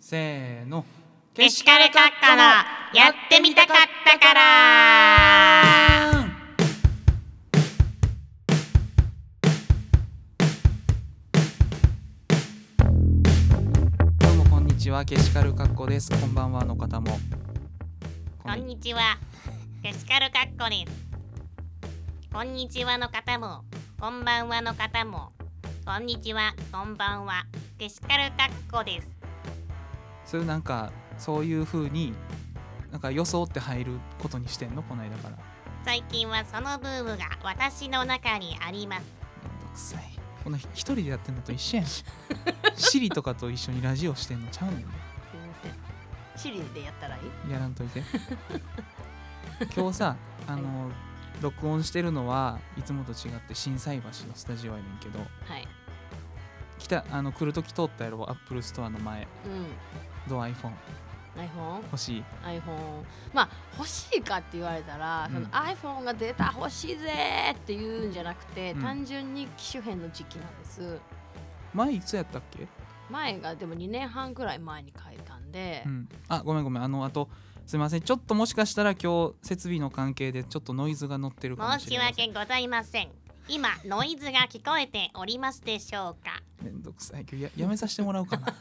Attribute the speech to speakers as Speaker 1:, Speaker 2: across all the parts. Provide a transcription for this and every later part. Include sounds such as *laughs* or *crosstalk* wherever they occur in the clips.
Speaker 1: せーの
Speaker 2: エシカル閣下のやってみたかったから
Speaker 1: どうもこんにちはけしかるかっこですこんばんはの方も
Speaker 2: こんにちはエシカル閣下ですこんにちはの方もこんばんはの方もこんにちはこんばんはエシカル閣下です
Speaker 1: それなんかそういう風になんか装って入ることにしてんのこの間から
Speaker 2: 最近はそのブームが私の中にあります
Speaker 1: めんどくさいこの一人でやってんのと一緒やんシリとかと一緒にラジオしてんのちゃうねん
Speaker 3: すいませんシリでやったらいい
Speaker 1: やらんとい
Speaker 3: *laughs*
Speaker 1: て今日さあの、録音してるのはいつもと違って心斎橋のスタジオやねんけど
Speaker 3: はい
Speaker 1: 来たあの来る時通ったやろアップルストアの前
Speaker 3: うん
Speaker 1: どう iPhone
Speaker 3: iPhone
Speaker 1: 欲しい
Speaker 3: iPhone まあ欲しいかって言われたら、
Speaker 1: うん
Speaker 3: その iPhone が出た欲しいぜーって言うんじゃなくて、
Speaker 1: うん
Speaker 3: 単純に機種変の時期なんです
Speaker 1: 前いつやったっけ、
Speaker 3: 前がでも2年半くらい前に変えたんで、
Speaker 1: うん、あごめんごめんあのあとすいませんちょっともしかしたら今日設備の関係でちょっとノイズが乗ってるかも
Speaker 2: 申
Speaker 1: しれ
Speaker 2: し
Speaker 1: ません
Speaker 2: 訳ございません今ノイズが聞こえておりますでしょうか
Speaker 1: めんどくさい今日ややめさせてもらおうか
Speaker 3: *laughs*
Speaker 1: な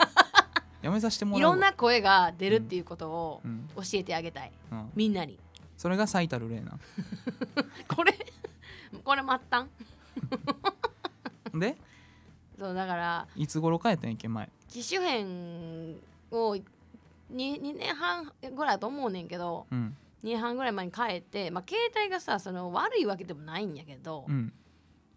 Speaker 1: やめさせても
Speaker 3: い
Speaker 1: らお
Speaker 3: ろ
Speaker 1: うん
Speaker 3: な声が出るっていうことを
Speaker 1: うん
Speaker 3: 教えてあげたい
Speaker 1: うん、
Speaker 3: みんなに *laughs*
Speaker 1: それが最たる例な
Speaker 3: これこれ末端
Speaker 1: んで
Speaker 3: そうだから
Speaker 1: いつ頃かやったんやっけ前
Speaker 3: 機種変を 2, 2年半ぐらいだと思うねんけど
Speaker 1: うん
Speaker 3: 2年半ぐらい前に変えて、まあ、携帯がさその悪いわけでもないんやけど、
Speaker 1: うん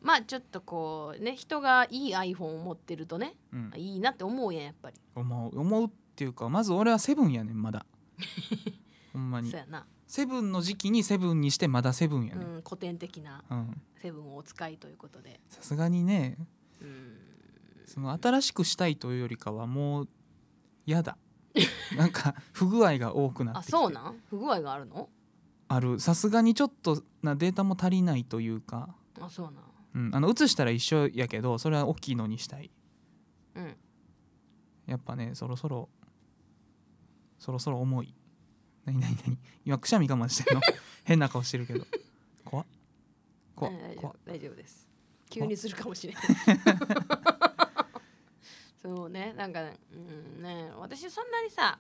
Speaker 3: まあちょっとこうね人がいい iPhone を持ってるとね
Speaker 1: うん
Speaker 3: いいなって思うやんやっぱり
Speaker 1: 思う思うっていうかまず俺はセブンやねんま
Speaker 3: *laughs*
Speaker 1: だほんまに
Speaker 3: そうやな、
Speaker 1: セブンの時期にセブンにしてまだセブンや
Speaker 3: う
Speaker 1: ねん
Speaker 3: ん、古典的な
Speaker 1: うん
Speaker 3: セブンをお使いということで、
Speaker 1: さすがにね
Speaker 3: うん、
Speaker 1: その新しくしたいというよりかはもうや
Speaker 3: *laughs*
Speaker 1: だなんか不具合が多くなって
Speaker 3: あ
Speaker 1: きて
Speaker 3: そうなん不具合があるの
Speaker 1: あるさすがにちょっとなデータも足りないというか、
Speaker 3: あそうなん
Speaker 1: うん、あの写したら一緒やけどそれは大きいのにしたい
Speaker 3: うん
Speaker 1: やっぱねそろそろそろそろ重い何何何今くしゃみ我慢してるの *laughs* 変な顔してるけど怖っ怖っ
Speaker 3: うん大丈
Speaker 1: 怖っ
Speaker 3: 夫大丈夫です急にするかもしれない *laughs* そうねなんか、うん、ね私そんなにさ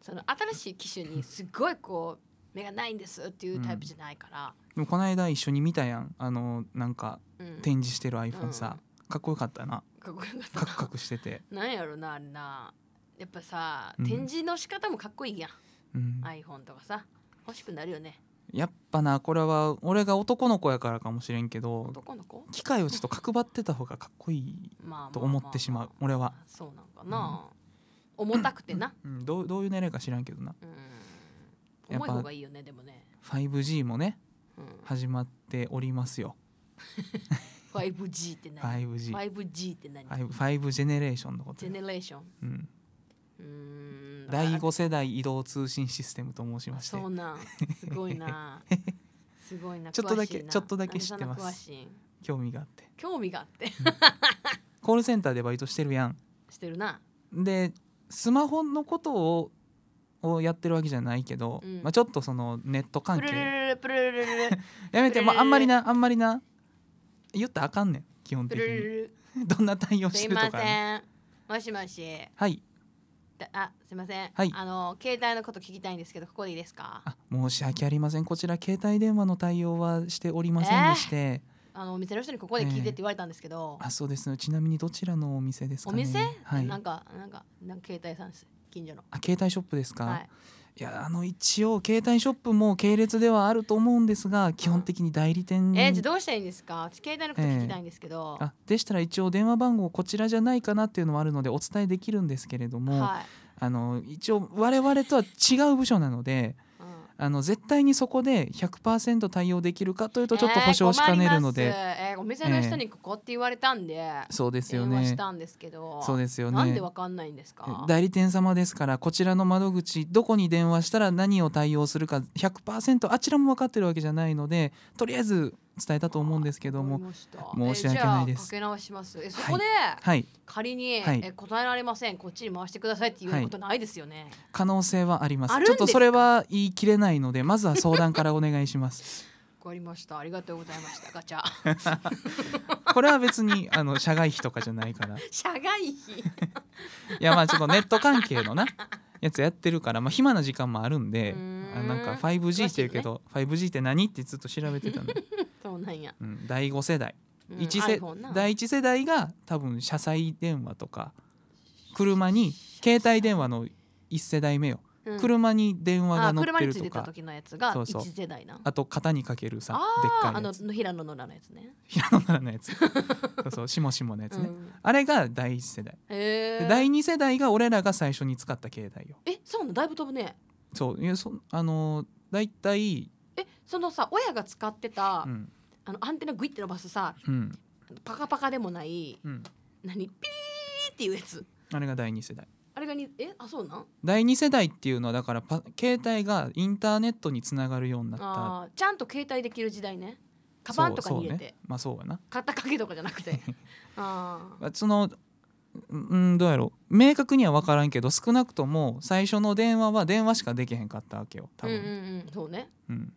Speaker 3: その新しい機種にすごいこう目がないんですっていうタイプじゃないから、
Speaker 1: でもこの間一緒に見たやんあのなんか
Speaker 3: うん
Speaker 1: 展示してる iPhone さ、かっこよかったな
Speaker 3: かっこよ
Speaker 1: カ
Speaker 3: かっ
Speaker 1: クカクしてて、
Speaker 3: たなんやろなあれなやっぱさ
Speaker 1: うん
Speaker 3: 展示の仕方もかっこいいやん、
Speaker 1: うん、
Speaker 3: iPhone とかさ欲しくなるよね
Speaker 1: やっぱなこれは俺が男の子やからかもしれんけど
Speaker 3: 男の子
Speaker 1: 機械をちょっと角張ってた方がかっこいい、
Speaker 3: まあまあまあまあ
Speaker 1: と思ってしまう俺は
Speaker 3: そうなんかな、重たくてな、
Speaker 1: うん、どうどういう狙いか知らんけどな
Speaker 3: うん、
Speaker 1: やっぱ
Speaker 3: 重い方がいいよねでもね、
Speaker 1: 5G もね
Speaker 3: うん、
Speaker 1: 始まっておりますよ
Speaker 3: 5G って何
Speaker 1: 5G5
Speaker 3: 5G って何
Speaker 1: ジェネレーションのこと
Speaker 3: ジ
Speaker 1: よ
Speaker 3: ェネレーション
Speaker 1: うん、
Speaker 3: うーん
Speaker 1: 第5世代移動通信システムと申し
Speaker 3: あ
Speaker 1: まして
Speaker 3: そうなんすごいなすごいな
Speaker 1: ちょっとだけ
Speaker 3: 詳しいな
Speaker 1: ちょっとだけ知ってます
Speaker 3: なんでそんな詳しいん
Speaker 1: 興味があって
Speaker 3: 興味があって
Speaker 1: コールセンターでバイトしてるやん
Speaker 3: してるな
Speaker 1: でスマホのことををやってるわけじゃないけど、
Speaker 3: うん
Speaker 1: まあ、ちょっとそのネット関
Speaker 3: プ
Speaker 1: 係
Speaker 3: ルルルルプルルルルル
Speaker 1: やめて、
Speaker 3: プルルル
Speaker 1: まあ、あんまりなあんまりな言ったらあかんねん基本
Speaker 3: プ
Speaker 1: 的
Speaker 3: ルル
Speaker 1: に
Speaker 3: ルル
Speaker 1: どんな対応し
Speaker 3: す
Speaker 1: て
Speaker 3: い
Speaker 1: ると
Speaker 3: ま
Speaker 1: か、ね、
Speaker 3: せんもしもし
Speaker 1: はい
Speaker 3: だあすいません、
Speaker 1: はい
Speaker 3: あの携帯のこと聞きたいんですけどここでいいですか
Speaker 1: あ申し訳ありませんこちら携帯電話の対応はしておりませんでして、
Speaker 3: あのお店の人にここで聞いてって言われたんですけど、
Speaker 1: あそうですねちなみにどちらのお店です
Speaker 3: お
Speaker 1: かね
Speaker 3: 店、
Speaker 1: はい
Speaker 3: なんかなんかなんか携帯さんです近所の
Speaker 1: あ携帯ショップですか、
Speaker 3: はいい、
Speaker 1: やあの一応携帯ショップも系列ではあると思うんですが基本的に代理店
Speaker 3: えー、じゃあどうしたらいいんですか私携帯のこと聞きたいんですけど、
Speaker 1: あでしたら一応電話番号こちらじゃないかなっていうのはあるのでお伝えできるんですけれども、
Speaker 3: はい、
Speaker 1: あの一応我々とは違う部署なので
Speaker 3: うん
Speaker 1: あの絶対にそこで100%対応できるかというとちょっと保証しかねるので、
Speaker 3: えー困りますえーお店の人にここって言われたんで、
Speaker 1: そうですよ
Speaker 3: 電話
Speaker 1: ね
Speaker 3: したんですけど
Speaker 1: そうですよね
Speaker 3: なんでわかんないんですか
Speaker 1: 代理店様ですからこちらの窓口どこに電話したら何を対応するか100%あちらも分かってるわけじゃないのでとりあえず伝えたと思うんですけど
Speaker 3: わ
Speaker 1: も
Speaker 3: かりました
Speaker 1: 申し訳ないです
Speaker 3: えじゃあかけ直しますえそこで
Speaker 1: はい
Speaker 3: 仮に、
Speaker 1: はい
Speaker 3: え答えられませんこっちに回してくださいっていうことないですよね、
Speaker 1: 可能性はあります
Speaker 3: あるん
Speaker 1: ち
Speaker 3: で
Speaker 1: ょっ
Speaker 3: すか
Speaker 1: とそれは言い切れないのでまずは相談からお願いします
Speaker 3: わかりましたありがとうございましたガチャ
Speaker 1: これは別にあの社外費とかじゃないからい
Speaker 3: *laughs* 社外費
Speaker 1: やまあちょっとネット関係のなやつやってるからまあ暇な時間もあるんで
Speaker 3: うーん
Speaker 1: あなんか 5G って言うけど、5G って何ってずっと調べてたの、
Speaker 3: そうなんや、
Speaker 1: うん、第5世代
Speaker 3: うん
Speaker 1: 一世
Speaker 3: iPhone な
Speaker 1: 第一世代が多分車載電話とか車に携帯電話の一世代目よ、
Speaker 3: うん
Speaker 1: 車に電話が
Speaker 3: あ
Speaker 1: 乗っ
Speaker 3: 車
Speaker 1: てる
Speaker 3: につい
Speaker 1: と
Speaker 3: てた
Speaker 1: か
Speaker 3: 時のやつが
Speaker 1: そうそう
Speaker 3: 一世代な
Speaker 1: あと型にかけるさで
Speaker 3: あ
Speaker 1: っか
Speaker 3: ーあ
Speaker 1: いや
Speaker 3: の
Speaker 1: つ
Speaker 3: 平野ノラのやつね
Speaker 1: 平野奈良のや
Speaker 3: *laughs*
Speaker 1: つそうそうしもしものやつね、
Speaker 3: うん
Speaker 1: あれが第一世代
Speaker 3: へ
Speaker 1: で
Speaker 3: ー
Speaker 1: 第二世代が俺らが最初に使った携帯よ
Speaker 3: えそうなのだいぶ飛ぶね
Speaker 1: そういやそあのー大体
Speaker 3: えそのさ親が使ってた、
Speaker 1: うん
Speaker 3: あのアンテナグイって伸ばすさ
Speaker 1: うん
Speaker 3: パカパカでもない
Speaker 1: うん
Speaker 3: 何ピリリリリっていうやつ
Speaker 1: あれが第二世代
Speaker 3: あれがにえあそうなん
Speaker 1: 第二世代っていうのはだからパ携帯がインターネットにつながるようになった
Speaker 3: あーちゃんと携帯できる時代ねカバンとかに入れて、
Speaker 1: そうそうね、まあそうやな
Speaker 3: 肩掛けとかじゃな
Speaker 1: *laughs*
Speaker 3: くてあー
Speaker 1: まあそのうんどうやろう明確には分からんけど少なくとも最初の電話は電話しかできへんかったわけよ多
Speaker 3: うんうん
Speaker 1: 分、
Speaker 3: うんそうね
Speaker 1: うん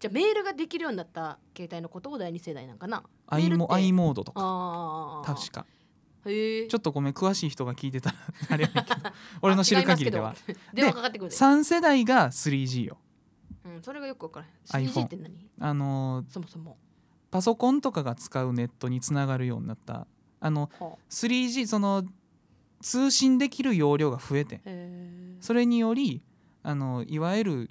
Speaker 3: じゃあメールができるようになった携帯のことを第二世代なんかなメ
Speaker 1: i
Speaker 3: ールっ
Speaker 1: モ
Speaker 3: て
Speaker 1: i モードとか
Speaker 3: ああ
Speaker 1: 確か
Speaker 3: へえ
Speaker 1: ちょっとごめん詳しい人が聞いてたら *laughs* あれやけど
Speaker 3: *laughs*
Speaker 1: 俺の知る限りでは
Speaker 3: 電話かかってくるで、
Speaker 1: 3世代が 3G よ
Speaker 3: うん、それがよくわからへん
Speaker 1: iPhone
Speaker 3: CG って何
Speaker 1: あの
Speaker 3: そもそも、
Speaker 1: パソコンとかが使うネットにつながるようになったあの
Speaker 3: は
Speaker 1: 3G その通信できる容量が増えてん
Speaker 3: あ、へ
Speaker 1: それによりあのいわゆる、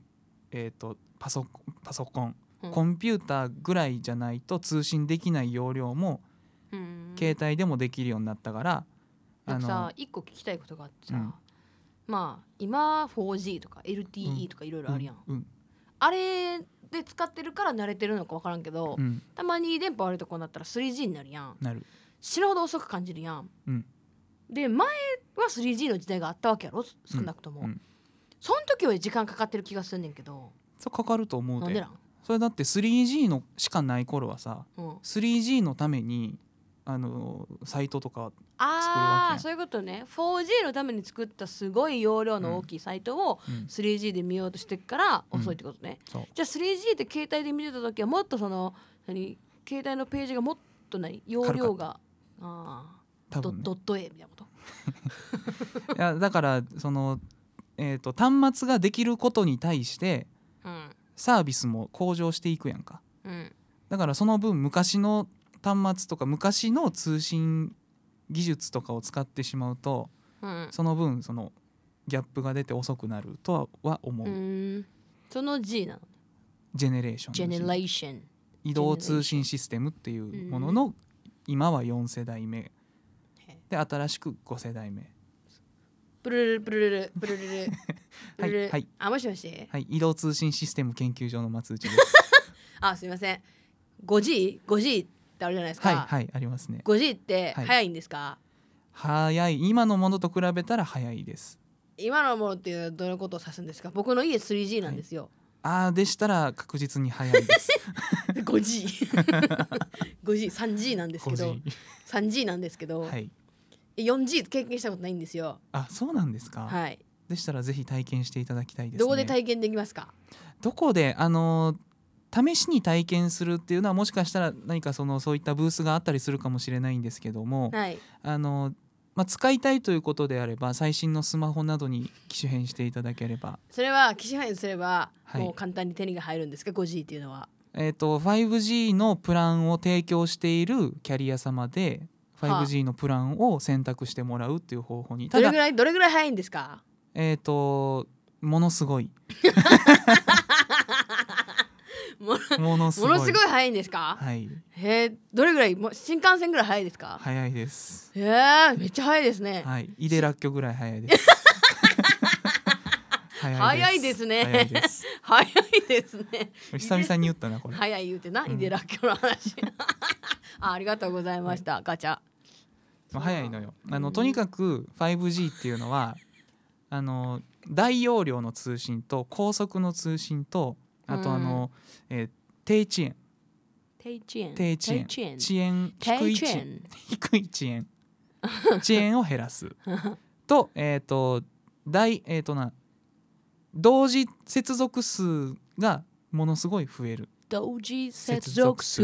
Speaker 1: えー、とパソコンパソコン、
Speaker 3: うん
Speaker 1: コンピューターぐらいじゃないと通信できない容量も
Speaker 3: え
Speaker 1: 携帯でもできるようになったから、
Speaker 3: なんか
Speaker 1: あ
Speaker 3: さ
Speaker 1: の
Speaker 3: 一個聞きたいことがあってさ、
Speaker 1: うん
Speaker 3: まあ今 4G とか LTE とかいろいろあるやん、
Speaker 1: うん
Speaker 3: あれで使ってるから慣れてるのか分からんけど、
Speaker 1: うん、うん
Speaker 3: たまに電波悪いとこになったら 3G になるやん
Speaker 1: なる、
Speaker 3: 死ぬほど遅く感じるやん
Speaker 1: うん、
Speaker 3: で前は 3G の時代があったわけやろ少なくとも、
Speaker 1: うんうん
Speaker 3: その時より時間かかってる気がすんねんけど
Speaker 1: そうかかると思う
Speaker 3: なん
Speaker 1: で
Speaker 3: でなん、
Speaker 1: それだって 3G のしかない頃はさ
Speaker 3: うん、
Speaker 1: 3G のためにあのサイトとか
Speaker 3: ああ
Speaker 1: 作るわけやん
Speaker 3: そういうことね 4G のために作ったすごい容量の大きいサイトを
Speaker 1: うん
Speaker 3: 3G で見ようとしてっから
Speaker 1: うん
Speaker 3: 遅いってことね、
Speaker 1: そう
Speaker 3: じゃあ 3G で携帯で見てた時はもっとその何携帯のページがもっと何容量があ
Speaker 1: 多
Speaker 3: ード
Speaker 1: 分、ね、
Speaker 3: ドット A みたいなこと
Speaker 1: いやだからその、えー、と端末ができることに対して
Speaker 3: うん
Speaker 1: サービスも向上していくやんか
Speaker 3: うん
Speaker 1: だからその分昔の端末とか昔の通信技術とかを使ってしまうと
Speaker 3: うん
Speaker 1: その分そのギャップが出て遅くなるとはは思う、
Speaker 3: うんその G なの
Speaker 1: ジェネレーシ
Speaker 3: ジ
Speaker 1: ョン
Speaker 3: ェ
Speaker 1: の
Speaker 3: ネ
Speaker 1: 時
Speaker 3: レーション
Speaker 1: 移動通信システムっていうものの今は4世代目で新しく5世代目
Speaker 3: プルルルプルルルプ
Speaker 1: *laughs*
Speaker 3: ルルルプルルル
Speaker 1: はいはい
Speaker 3: あもしもし
Speaker 1: はい移動通信システム研究所の松内です
Speaker 3: あすいません 5G5G って *laughs* あるじゃないですか、
Speaker 1: はいはいありますね
Speaker 3: 5G って
Speaker 1: はい
Speaker 3: 早いんですか、
Speaker 1: 早い今のものと比べたら早いです
Speaker 3: 今のものっていうのはどのことを指すんですか僕の家 3G なんですよ、
Speaker 1: ああでしたら確実に早いです *laughs*
Speaker 3: 5G5G3G なんですけど
Speaker 1: 5G
Speaker 3: 3G なんですけど、
Speaker 1: はい。
Speaker 3: 4G 経験したことないんですよ
Speaker 1: あ、そうなんですか。
Speaker 3: はい
Speaker 1: でしたらぜひ体験していただきたいです、ね。
Speaker 3: どこで体験できますか
Speaker 1: どこであの試しに体験するっていうのはもしかしたら何かそのそういったブースがあったりするかもしれないんですけども、
Speaker 3: はい
Speaker 1: あのまあ使いたいということであれば最新のスマホなどに機種変していただければ、
Speaker 3: それは機種変すれば
Speaker 1: はい
Speaker 3: もう簡単に手に入るんですか 5G っていうのは
Speaker 1: えっ、と 5G のプランを提供しているキャリア様で。
Speaker 3: はあ
Speaker 1: 5G のプランを選択してもらうっていう方法に
Speaker 3: ど
Speaker 1: た
Speaker 3: れ
Speaker 1: だ
Speaker 3: ぐらいどれぐらい早いんですか
Speaker 1: えっ、とものすごい
Speaker 3: *laughs*
Speaker 1: *laughs*
Speaker 3: もの
Speaker 1: ものす
Speaker 3: も
Speaker 1: ごい
Speaker 3: のすごい早いんですか、
Speaker 1: はい
Speaker 3: へえどれぐらいもう新幹線ぐらい早いですか、
Speaker 1: 早いです
Speaker 3: へえめっちゃ早いですね、
Speaker 1: はい、イデラッキョぐらい早い
Speaker 3: *laughs*
Speaker 1: です。
Speaker 3: 早いですね
Speaker 1: 早いです
Speaker 3: 早いですね
Speaker 1: 久々に言ったな、これ。
Speaker 3: 早い言うてな、
Speaker 1: うん
Speaker 3: イデラッキョの話あありがとうございました、ガチャ
Speaker 1: まあ早いのよ。あ
Speaker 3: う
Speaker 1: の、
Speaker 3: ん
Speaker 1: とにかく 5G っていうのは。あの、大容量の通信と高速の通信と、あと、あの、えー低遅延。
Speaker 3: 低遅延
Speaker 1: 低遅延
Speaker 3: 低遅延
Speaker 1: 遅延低い遅
Speaker 3: 低遅
Speaker 1: 延
Speaker 3: 延
Speaker 1: 低い遅延遅延を減らすとえっ、と大えっ、とな同時接続数がものすごい増える
Speaker 3: 同時接続数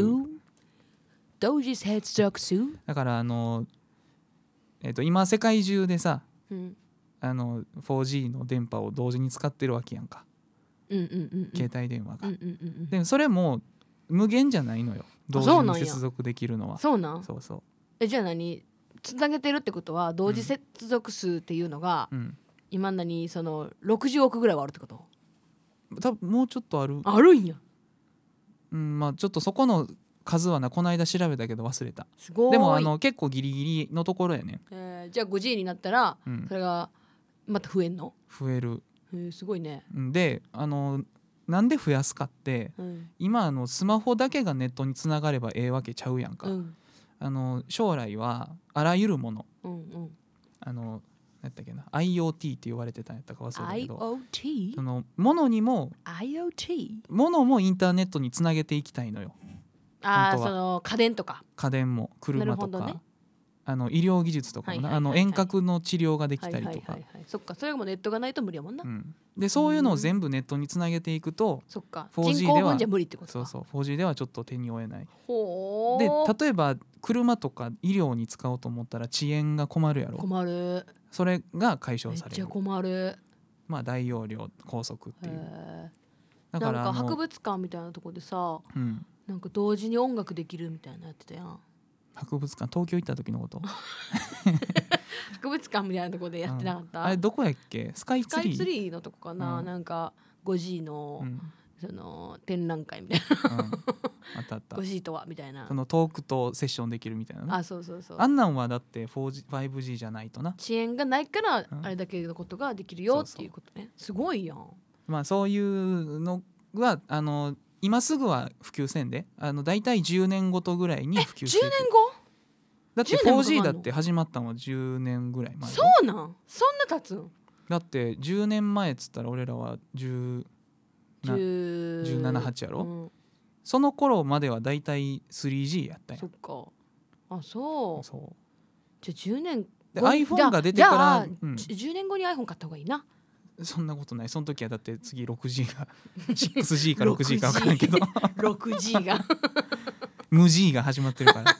Speaker 3: 同時接続数
Speaker 1: だからあのえっ、と今世界中でさ
Speaker 3: うん
Speaker 1: あの 4G の電波を同時に使ってるわけやんか
Speaker 3: うんうんうんうん
Speaker 1: 携帯電話
Speaker 3: う
Speaker 1: が、
Speaker 3: んうんうんう
Speaker 1: でもそれも無限じゃないのよ同
Speaker 3: そ
Speaker 1: 時
Speaker 3: うな
Speaker 1: に
Speaker 3: んや
Speaker 1: 接続できるのは
Speaker 3: んそうなん
Speaker 1: そうそ
Speaker 3: えじゃあ何つなげてるってことは同時接続数っていうのが
Speaker 1: ううん
Speaker 3: 今何その60億ぐらいはあるってこと
Speaker 1: 多分もうちょっとある
Speaker 3: あるんや
Speaker 1: うんまあちょっとそこの数はなこの間調べたけど忘れた
Speaker 3: すごい
Speaker 1: でもあの結構ギリギリのところやね、
Speaker 3: えーじゃあ 5G になったら
Speaker 1: うん
Speaker 3: そ、れがまた増えんの
Speaker 1: 増える
Speaker 3: えーすごいね
Speaker 1: んであのなんで増やすかって
Speaker 3: うん
Speaker 1: 今あのスマホだけがネットにつながればええわけちゃうやんか、
Speaker 3: うん
Speaker 1: あの将来はあらゆるもの
Speaker 3: うんうん
Speaker 1: あの何やったっけな IoT って言われてたんやったか忘れたけどそ
Speaker 3: IoT?
Speaker 1: のものにも
Speaker 3: IoT?
Speaker 1: ものもインターネットにつなげていきたいのよ
Speaker 3: あ
Speaker 1: 本
Speaker 3: あ
Speaker 1: 当は
Speaker 3: その家電とか
Speaker 1: 家電も車と
Speaker 3: なる
Speaker 1: か、
Speaker 3: ほどね
Speaker 1: あの医療技術とかもな
Speaker 3: はいはいはいはい
Speaker 1: あの遠隔の治療ができたりとか
Speaker 3: はいはいはいはい、そっかそれもネットがないと無理やもんな、
Speaker 1: うんでそういうのを全部ネットにつなげていくと
Speaker 3: そっか
Speaker 1: 4G
Speaker 3: 人工
Speaker 1: では
Speaker 3: 分じゃ無理ってことか
Speaker 1: そうそう 4G ではちょっと手に負えない
Speaker 3: ほ
Speaker 1: で
Speaker 3: ー
Speaker 1: 例えば車とか医療に使おうと思ったら遅延が困るやろ
Speaker 3: 困る
Speaker 1: それが解
Speaker 3: め
Speaker 1: 消
Speaker 3: っ
Speaker 1: され
Speaker 3: ちゃ
Speaker 1: る
Speaker 3: 困る
Speaker 1: まあ大容量高速っていう
Speaker 3: へ
Speaker 1: だ
Speaker 3: ー
Speaker 1: か
Speaker 3: な
Speaker 1: ら
Speaker 3: ん
Speaker 1: あ
Speaker 3: か
Speaker 1: の
Speaker 3: 博物館みたいなとこでさ
Speaker 1: うん、
Speaker 3: なんか同時に音楽できるみたいなのやってたやん
Speaker 1: 博物館東京行った時のこと
Speaker 3: 博物館みたいなとこでやってなかった、
Speaker 1: あれどこやっけスカイ
Speaker 3: ス
Speaker 1: ツ
Speaker 3: カ
Speaker 1: リ
Speaker 3: イ
Speaker 1: ー
Speaker 3: ツリーのとこかな、
Speaker 1: うん
Speaker 3: なんか 5G の、
Speaker 1: うんうん、
Speaker 3: *laughs* その展覧会み
Speaker 1: *laughs*
Speaker 3: たい
Speaker 1: あったあった
Speaker 3: な 5G とはみたいな
Speaker 1: そのトークとセッションできるみたいなね
Speaker 3: あそうそうそう
Speaker 1: あんなんはだって 4G 5G じゃないとな
Speaker 3: 遅延がないから
Speaker 1: うん
Speaker 3: あれだけのことができる
Speaker 1: そ
Speaker 3: よ
Speaker 1: う
Speaker 3: っ
Speaker 1: そう
Speaker 3: ていうことね、すごいやん
Speaker 1: まあそういうのはあの今すぐは普及せんであの大体10年ごとぐらいに普及
Speaker 3: 10
Speaker 1: してい
Speaker 3: 年
Speaker 1: く
Speaker 3: 後
Speaker 1: だって
Speaker 3: 10年もかかん
Speaker 1: 4G
Speaker 3: の
Speaker 1: だって始まったのは10年ぐらい前よ
Speaker 3: そうなんそんな経つん
Speaker 1: だって10年前っつったら俺らは10な17
Speaker 3: 178
Speaker 1: 8やろ
Speaker 3: うん、
Speaker 1: その頃までは大体 3G やったや
Speaker 3: そっ
Speaker 1: ん
Speaker 3: かあそう
Speaker 1: そ
Speaker 3: じゃあ10年
Speaker 1: うで
Speaker 3: 後に
Speaker 1: iPhone が出てか
Speaker 3: じゃ
Speaker 1: ら
Speaker 3: あ、
Speaker 1: うん、
Speaker 3: じ10年後に iPhone 買った方がい
Speaker 1: *laughs*
Speaker 3: いな
Speaker 1: そんなことないその時はだって次 6G
Speaker 3: *laughs*
Speaker 1: が 6G か 6G か分からんけど
Speaker 3: 6G
Speaker 1: *laughs*
Speaker 3: が
Speaker 1: 無 G が始まってる
Speaker 3: *laughs*
Speaker 1: から、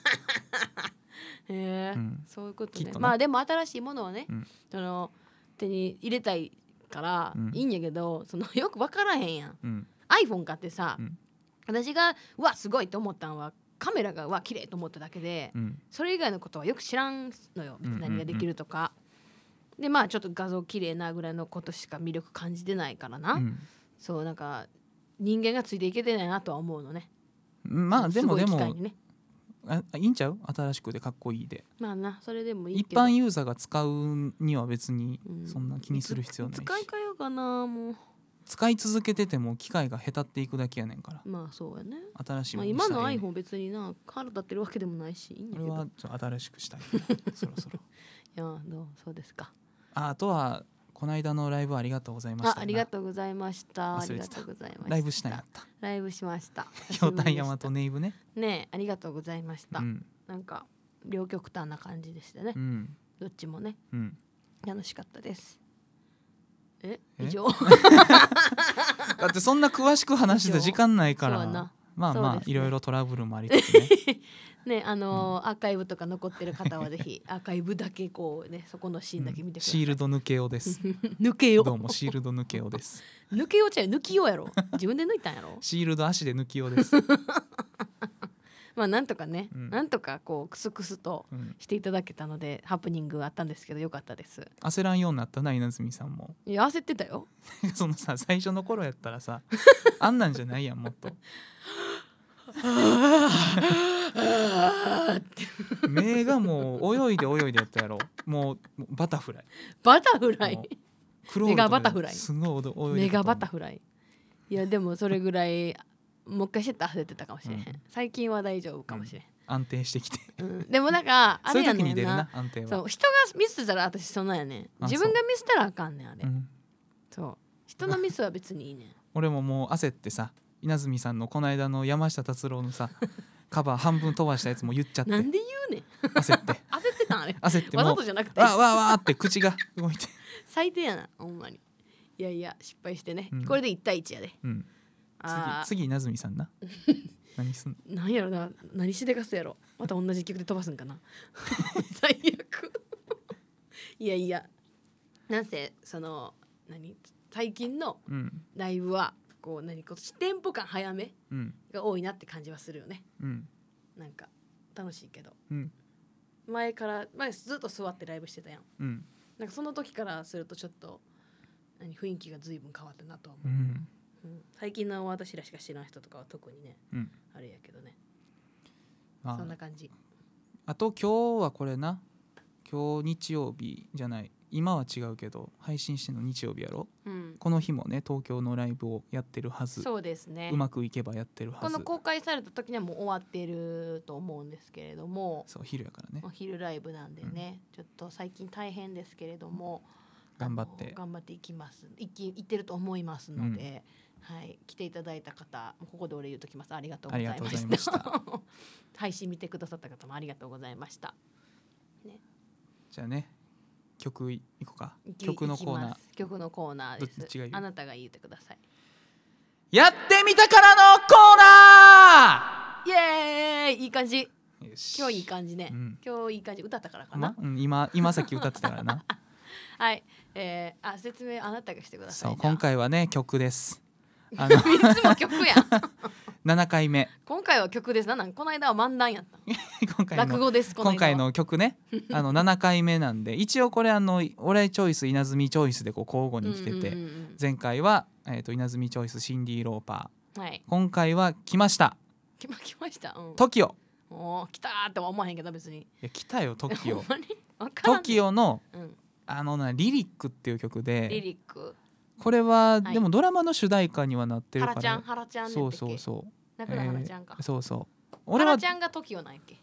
Speaker 3: へえ、
Speaker 1: うん
Speaker 3: そういうこと
Speaker 1: き
Speaker 3: ね
Speaker 1: っとね
Speaker 3: まあでも新しいものはね、
Speaker 1: うん
Speaker 3: その手に入れたいから
Speaker 1: うん
Speaker 3: いいんやけど、その *laughs* よく分からへんやん
Speaker 1: うん、
Speaker 3: iPhone 買ってさ、
Speaker 1: うん
Speaker 3: 私がうわすごいと思ったんはカメラがうわ綺麗と思っただけで、
Speaker 1: うん
Speaker 3: それ以外のことはよく知らんのよ
Speaker 1: うんうんうん
Speaker 3: 何ができるとか、でまあちょっと画像綺麗なぐらいのことしか魅力感じてないからな、
Speaker 1: うん
Speaker 3: そうなんか人間がついていけてないなとは思うのね
Speaker 1: まあでも
Speaker 3: す
Speaker 1: で
Speaker 3: ごい機会
Speaker 1: も
Speaker 3: にね
Speaker 1: あいいんちゃう新しくてかっこいいで
Speaker 3: まあなそれでもいい
Speaker 1: 一
Speaker 3: けど
Speaker 1: 般ユーザーが使うには別に
Speaker 3: うん
Speaker 1: そんな気にする必要ないし、
Speaker 3: 使い替えようかなもう
Speaker 1: 使い続けてても機械がへたっていくだけやねんから
Speaker 3: まあそうやね、
Speaker 1: 新しい
Speaker 3: まあ、
Speaker 1: ものにし
Speaker 3: 今
Speaker 1: た
Speaker 3: の
Speaker 1: らええねん
Speaker 3: iPhone 別にな腹立ってるわけでもないしいいんやけ
Speaker 1: 俺
Speaker 3: ど
Speaker 1: はいちょっと新しく
Speaker 3: *laughs*
Speaker 1: したいなそろそろ
Speaker 3: やどうそうですか
Speaker 1: ああとはこの間のライブありがとうございまし
Speaker 3: あ
Speaker 1: た
Speaker 3: ありがとうございましたあ
Speaker 1: 忘
Speaker 3: り
Speaker 1: れ
Speaker 3: が
Speaker 1: てた
Speaker 3: とうございました
Speaker 1: ライブしたいなった
Speaker 3: ライブしました
Speaker 1: 京丹山とネイブね
Speaker 3: ねえありがとうございました、
Speaker 1: うん
Speaker 3: なんか両極端な感じでしたね、
Speaker 1: うん
Speaker 3: どっちもね
Speaker 1: うん
Speaker 3: 楽しかったですえ
Speaker 1: え *laughs*
Speaker 3: 以上
Speaker 1: だってそんな詳しく話してた時間ないか
Speaker 3: そう
Speaker 1: ら
Speaker 3: やな
Speaker 1: まあ
Speaker 3: そう
Speaker 1: まあ
Speaker 3: ですね
Speaker 1: いろいろトラブルもありつつね
Speaker 3: ねあのーアーカイブとか残ってる方はぜひ
Speaker 1: *laughs*
Speaker 3: アーカイブだけこうねそこのシーンだけ見てください、
Speaker 1: シールド抜けよです
Speaker 3: *laughs* 抜けよ
Speaker 1: どうもシールド抜けよです
Speaker 3: 抜けようちゃう抜きようやろ自分で抜いたんやろ
Speaker 1: シールド足で抜きようです。
Speaker 3: まあなんとかね、
Speaker 1: うん
Speaker 3: なんとかこうクスクスと
Speaker 1: うん
Speaker 3: していただけたのでハプニングあったんですけどよかったです
Speaker 1: 焦らんようになったな稲積さんも
Speaker 3: いや焦ってたよ
Speaker 1: *laughs* そのさ最初の頃やったら
Speaker 3: *laughs*
Speaker 1: さあんなんじゃないやんもっと目がもう泳いで泳いでやったやろもうもうバタフライ
Speaker 3: バタフライ
Speaker 1: もうクロール
Speaker 3: 目がバタフライ
Speaker 1: とかすごいおど泳いで
Speaker 3: メガバタ
Speaker 1: フ
Speaker 3: フライいやでもそれぐらいもう一回してたら焦ってたかもしれへん、
Speaker 1: うん
Speaker 3: 最近は大丈夫かもしれ
Speaker 1: ライ安定してきて
Speaker 3: ん、うんでもなんかあ
Speaker 1: そう
Speaker 3: れ
Speaker 1: いう
Speaker 3: や
Speaker 1: 時
Speaker 3: ね
Speaker 1: に
Speaker 3: ん
Speaker 1: 出る
Speaker 3: な
Speaker 1: な安定は
Speaker 3: そう人がミスしたら私そんなんやねん
Speaker 1: あ
Speaker 3: 自分がミスったらあかんねんあれ、
Speaker 1: うん
Speaker 3: そう人のミスは別にいいねん *laughs*
Speaker 1: 俺ももう焦ってさ稲積さんのこの間の山下達郎のさカバー半分飛ばしたやつも言っちゃって
Speaker 3: なんで言うねん
Speaker 1: 焦って
Speaker 3: *laughs* 焦ってた
Speaker 1: *laughs*
Speaker 3: んあれ
Speaker 1: 焦って
Speaker 3: わ
Speaker 1: も
Speaker 3: ざ
Speaker 1: う
Speaker 3: とじゃなくて
Speaker 1: わわわーって口が動いて、
Speaker 3: 最低やなほんまにいやいや失敗してね、
Speaker 1: うん
Speaker 3: これで1対1やで
Speaker 1: うん、
Speaker 3: あー
Speaker 1: 次次なずみさんな *laughs* 何すん
Speaker 3: なんやろな何しでかすやろまた同じ曲で飛ばすん
Speaker 1: *laughs*
Speaker 3: かな最悪いやいやなんせその何最近の
Speaker 1: うん
Speaker 3: ライブはこう何こうテンポ感早め
Speaker 1: うん
Speaker 3: が多いなって感じはするよね
Speaker 1: うん
Speaker 3: なんか楽しいけど
Speaker 1: うん
Speaker 3: 前から前ずっと座ってライブしてたやん
Speaker 1: うん
Speaker 3: なんかその時からするとちょっと何雰囲気が随分変わったなとは思
Speaker 1: う
Speaker 3: う、
Speaker 1: ん
Speaker 3: うん最近の私らしか知らん人とかは特にね
Speaker 1: うん
Speaker 3: あれやけどね
Speaker 1: ま
Speaker 3: そんな
Speaker 1: あ
Speaker 3: 感じ
Speaker 1: あと今日はこれな今日日曜日じゃない今は違うけど配信してんの日曜日やろ
Speaker 3: うん
Speaker 1: この日もね東京のライブをやってるはず
Speaker 3: そうですね
Speaker 1: うまくいけばやってるは
Speaker 3: こ
Speaker 1: ず
Speaker 3: の公開された時にはもう終わってると思うんですけれども
Speaker 1: そう昼やからね
Speaker 3: お昼ライブなんでね、ちょっと最近大変ですけれども
Speaker 1: 頑張っ
Speaker 3: あの
Speaker 1: て
Speaker 3: 頑張っていきますいきいってると思いますので、はい来ていただいた方もうここで俺言うときますありがとうございま
Speaker 1: ありがとう
Speaker 3: し
Speaker 1: ございま
Speaker 3: た
Speaker 1: した
Speaker 3: *laughs* 配信見てくださった方もありがとうございました
Speaker 1: じゃあね曲いいこうか
Speaker 3: いき
Speaker 1: 曲のコー
Speaker 3: いき
Speaker 1: ナー
Speaker 3: ます曲のコーナーです
Speaker 1: どっちが言う
Speaker 3: あなたが言ってください
Speaker 1: やってみたからのコーナ
Speaker 3: イエーイいい感じ
Speaker 1: ーよし
Speaker 3: 今日いい感じね、
Speaker 1: うん
Speaker 3: 今日いい感じ歌ったからか
Speaker 1: ほんま
Speaker 3: な、
Speaker 1: うん、今今さっき歌ってたからな
Speaker 3: はい、えー、あ説明あなたがしてください
Speaker 1: そう
Speaker 3: じゃあ
Speaker 1: 今回はね曲ですあ
Speaker 3: *laughs*
Speaker 1: の
Speaker 3: いつも曲やん *laughs*
Speaker 1: 7回目
Speaker 3: 今回は曲ですななんかこの間は漫談やった
Speaker 1: 今回
Speaker 3: 落
Speaker 1: の
Speaker 3: 語ですこの
Speaker 1: 今
Speaker 3: 間は
Speaker 1: 回の曲ねあ
Speaker 3: *laughs*
Speaker 1: の7回目なんで一応これあの俺チョイス稲積チョイスでこう交互に来てて、
Speaker 3: うんうんうん
Speaker 1: 前回は、えー、と稲積チョイスシンディ・ローパ
Speaker 3: うんはい
Speaker 1: ー今回は来ました
Speaker 3: 来ま来ました、うん、
Speaker 1: TOKIO
Speaker 3: おー来たーっては思わへんけど別に
Speaker 1: いや来たよ
Speaker 3: *laughs* ほ
Speaker 1: TOKIO
Speaker 3: んまにわからん、ね、
Speaker 1: TOKIO の
Speaker 3: うん、
Speaker 1: あのなリリックっていう曲
Speaker 3: リ
Speaker 1: で
Speaker 3: リック
Speaker 1: これは、
Speaker 3: はい
Speaker 1: でもドラマの主題歌にはなってるか
Speaker 3: ハラちゃん
Speaker 1: ら
Speaker 3: ハラちゃんね
Speaker 1: そうそう
Speaker 3: う
Speaker 1: そう
Speaker 3: 泣くなハラちゃんか
Speaker 1: えー、そうそう
Speaker 3: ハ
Speaker 1: 俺は
Speaker 3: ラちゃんが TOKIO なんやっけ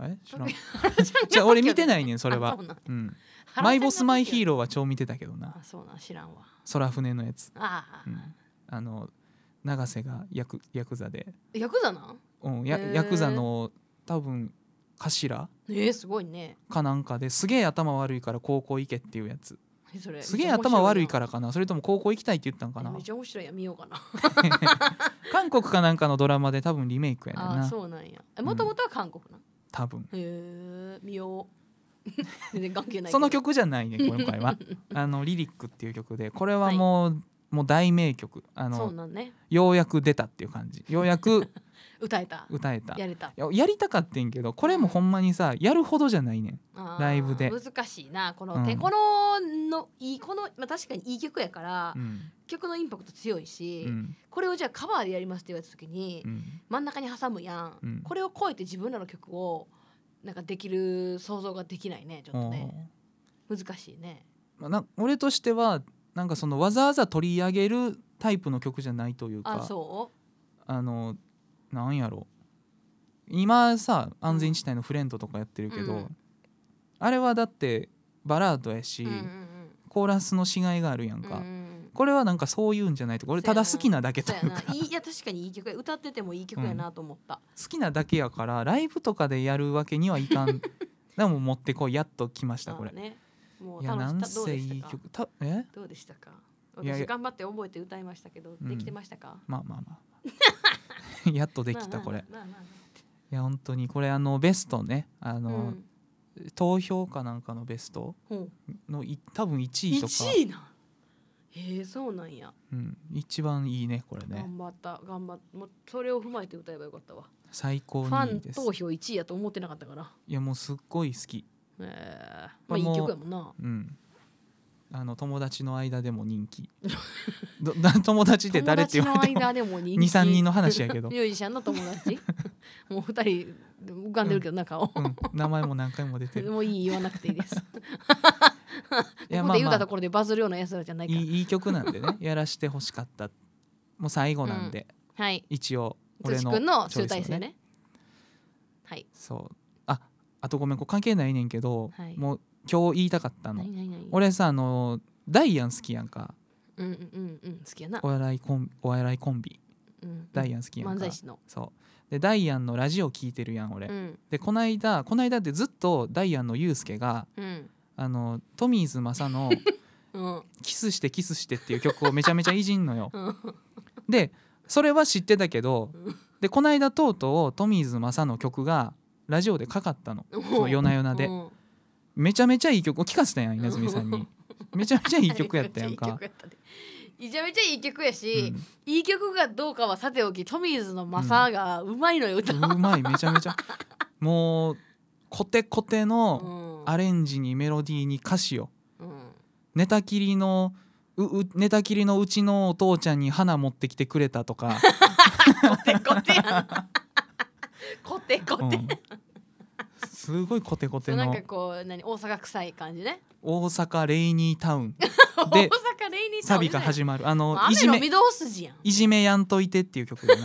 Speaker 1: え知らん
Speaker 3: ハラちゃん
Speaker 1: *laughs*
Speaker 3: が TOKIO
Speaker 1: じゃあ俺見てないねんそれ
Speaker 3: あ
Speaker 1: は
Speaker 3: うなんや
Speaker 1: うん
Speaker 3: ハラちゃんが
Speaker 1: マイボスマイヒー
Speaker 3: TOKIO
Speaker 1: ローは超見てたけどな
Speaker 3: あそうなん知らんわ
Speaker 1: 空船のやつ
Speaker 3: あー、
Speaker 1: うんあの永瀬がヤクヤクザで、
Speaker 3: ヤクザなん
Speaker 1: うん、や
Speaker 3: へー
Speaker 1: ヤクザの多分頭
Speaker 3: えー、すごいね
Speaker 1: かなんかですげえ頭悪いから高校行けっていうやつ
Speaker 3: えそれ
Speaker 1: すげえ頭悪いかららかなそれとも高校行きたいって言ったんかな
Speaker 3: めっちゃ面白いやん見ようかな
Speaker 1: 韓国かなんかのドラマで多分リメイクやねん
Speaker 3: あー
Speaker 1: な
Speaker 3: そうなんや
Speaker 1: ん
Speaker 3: もともとは韓国なん、
Speaker 1: 多分
Speaker 3: へえ見よう *laughs* 全然関係ないけど
Speaker 1: その曲じゃないね今回
Speaker 3: *laughs*
Speaker 1: はあのリリックっていう曲でこれはもう、もう大名曲あ
Speaker 3: そう
Speaker 1: の
Speaker 3: なんね
Speaker 1: ようやく出たっていう感じようやく
Speaker 3: 歌えた
Speaker 1: 歌
Speaker 3: *laughs*
Speaker 1: えた
Speaker 3: やれた
Speaker 1: いややりたかってんけどこれもほんまにさやるほどじゃないねん
Speaker 3: あー
Speaker 1: ライブで
Speaker 3: 難しいなこの、
Speaker 1: うん
Speaker 3: 手こののいいこの、まあ、確かにいい曲やから、
Speaker 1: うん
Speaker 3: 曲のインパクト強いし、
Speaker 1: うん
Speaker 3: これをじゃあカバーでやりますって言われた時に、
Speaker 1: うん
Speaker 3: 真ん中に挟むや
Speaker 1: う
Speaker 3: ん、
Speaker 1: ん
Speaker 3: これを超えて自分らの曲をなんかできる想像ができないねちょっとね難しいね
Speaker 1: まあな俺としてはなんかそのわざわざ取り上げるタイプの曲じゃないという
Speaker 3: あ
Speaker 1: か
Speaker 3: そ
Speaker 1: あのなんやろ今さ安全地帯の「フレンド」とかやってるけど、
Speaker 3: うん
Speaker 1: あれはだってバラードや
Speaker 3: う、
Speaker 1: し、
Speaker 3: うんうんうん、
Speaker 1: コーラスのしがいがあるやんか、
Speaker 3: うんうん
Speaker 1: これはなんかそういうんじゃないとか俺
Speaker 3: そうや
Speaker 1: た
Speaker 3: な
Speaker 1: だ好きなだけと
Speaker 3: そう
Speaker 1: い
Speaker 3: や
Speaker 1: う
Speaker 3: な
Speaker 1: か
Speaker 3: いいいや確かにいい曲や歌っててもいい曲やなと思った、
Speaker 1: 好きなだけやからライブとかでやるわけにはいか
Speaker 3: *laughs*
Speaker 1: んでも持ってこいやっと来ましたこれ、
Speaker 3: まあねもう
Speaker 1: いや
Speaker 3: 楽
Speaker 1: なん
Speaker 3: しかったどう
Speaker 1: せ
Speaker 3: で
Speaker 1: い
Speaker 3: し
Speaker 1: い
Speaker 3: たか
Speaker 1: 曲たえ
Speaker 3: どうでしたか
Speaker 1: いやいや
Speaker 3: 私頑張って覚えて歌いましたけど
Speaker 1: ん
Speaker 3: できてましたか、
Speaker 1: まあまあま
Speaker 3: *laughs*
Speaker 1: あやっとできたこれい
Speaker 3: まあまあまあまあ
Speaker 1: や本当にこれあのベストねあ
Speaker 3: まあう
Speaker 1: の、
Speaker 3: ん
Speaker 1: 投票かなんかのベスト
Speaker 3: ほう
Speaker 1: のい多分1位とか
Speaker 3: 1位なんへえそうなんや、
Speaker 1: うん、一番いいねこれね
Speaker 3: 頑張った頑張ったもうそれを踏まえて歌えばよかったわ
Speaker 1: 最高
Speaker 3: ファ
Speaker 1: にいい
Speaker 3: ン
Speaker 1: です
Speaker 3: 投票1位やと思ってなかったから
Speaker 1: いやもうすっごい好き
Speaker 3: ええ
Speaker 1: こ
Speaker 3: まあ
Speaker 1: れ
Speaker 3: い
Speaker 1: も
Speaker 3: い曲やもんな
Speaker 1: うんあの友達の間でも人
Speaker 3: *laughs*
Speaker 1: 気どな友達って誰って言われて
Speaker 3: 友達
Speaker 1: も
Speaker 3: の間でも人気
Speaker 1: 23人の話やけど
Speaker 3: ミュージシャンの友達 *laughs* もう2人浮かんでるけどな顔、
Speaker 1: うん、名前も何回も出てる
Speaker 3: *laughs* もういい言わなくてい
Speaker 1: *laughs*
Speaker 3: いです。こ
Speaker 1: いや
Speaker 3: こ
Speaker 1: まあ
Speaker 3: で言う
Speaker 1: ま
Speaker 3: たと
Speaker 1: あ
Speaker 3: ころでバズるような奴らじゃない
Speaker 1: い
Speaker 3: から。
Speaker 1: いいい曲なんでね
Speaker 3: *laughs*
Speaker 1: やらしてほしかったもう最後なんで、
Speaker 3: はい。
Speaker 1: 一応
Speaker 3: つ
Speaker 1: 俺
Speaker 3: し
Speaker 1: の
Speaker 3: くんの
Speaker 1: チョ
Speaker 3: 集
Speaker 1: イスを
Speaker 3: 大成ね。はい。
Speaker 1: そうああとごめんこれ関係ないねんけど、
Speaker 3: はい
Speaker 1: もう今日言いたかったの
Speaker 3: 何何何。
Speaker 1: 俺さあのダイアン好きやんか
Speaker 3: うんうんうんうん好きやな
Speaker 1: お。笑いコンお笑いコンビ
Speaker 3: うん
Speaker 1: ダイアン好きやんか、
Speaker 3: 漫才師の。
Speaker 1: そうでダイアンのラジオ聞いてるやん俺、
Speaker 3: うん
Speaker 1: でこないだこないだってずっとダイアンのユうスケが
Speaker 3: うん
Speaker 1: あのトミーズ正
Speaker 3: *laughs*
Speaker 1: の
Speaker 3: うん
Speaker 1: 「キスしてキスして」っていう曲をめちゃめちゃいじんのよ
Speaker 3: うん
Speaker 1: でそれは知ってたけど
Speaker 3: うん
Speaker 1: でこないだとうとうトミーズ正の曲がラジオでかかったの
Speaker 3: おう
Speaker 1: その夜な夜なで
Speaker 3: うん
Speaker 1: めちゃめちゃいい曲を聴かせたやん稲積さんにめちゃめちゃい
Speaker 3: *laughs*
Speaker 1: い曲やったやん
Speaker 3: めちゃ
Speaker 1: か
Speaker 3: めちゃいい曲やったでめちゃめちゃいい曲や
Speaker 1: う
Speaker 3: し
Speaker 1: ん、
Speaker 3: いい曲がどうかはさておきトミーズのマサがうまいのよ歌、
Speaker 1: うまいめちゃめちゃもうコテコテの
Speaker 3: うん
Speaker 1: アレンジにメロディーに歌詞を
Speaker 3: うん
Speaker 1: 寝たきりのうう寝たきりのうちのお父ちゃんに花持ってきてくれたと
Speaker 3: *laughs*
Speaker 1: か、
Speaker 3: コテコテや *laughs* なコテコ
Speaker 1: う
Speaker 3: テ、
Speaker 1: んすごいコテコ
Speaker 3: そ
Speaker 1: テ
Speaker 3: うなん
Speaker 1: の
Speaker 3: かこう何大阪臭い感じね
Speaker 1: 大阪レイニータウ
Speaker 3: *laughs*
Speaker 1: ン
Speaker 3: 大阪
Speaker 1: で
Speaker 3: レイニータ
Speaker 1: サ
Speaker 3: ウン
Speaker 1: ビが始まるあのい
Speaker 3: 雨
Speaker 1: じ
Speaker 3: の
Speaker 1: め
Speaker 3: 御堂筋やん
Speaker 1: いじめやんといてっていう曲だな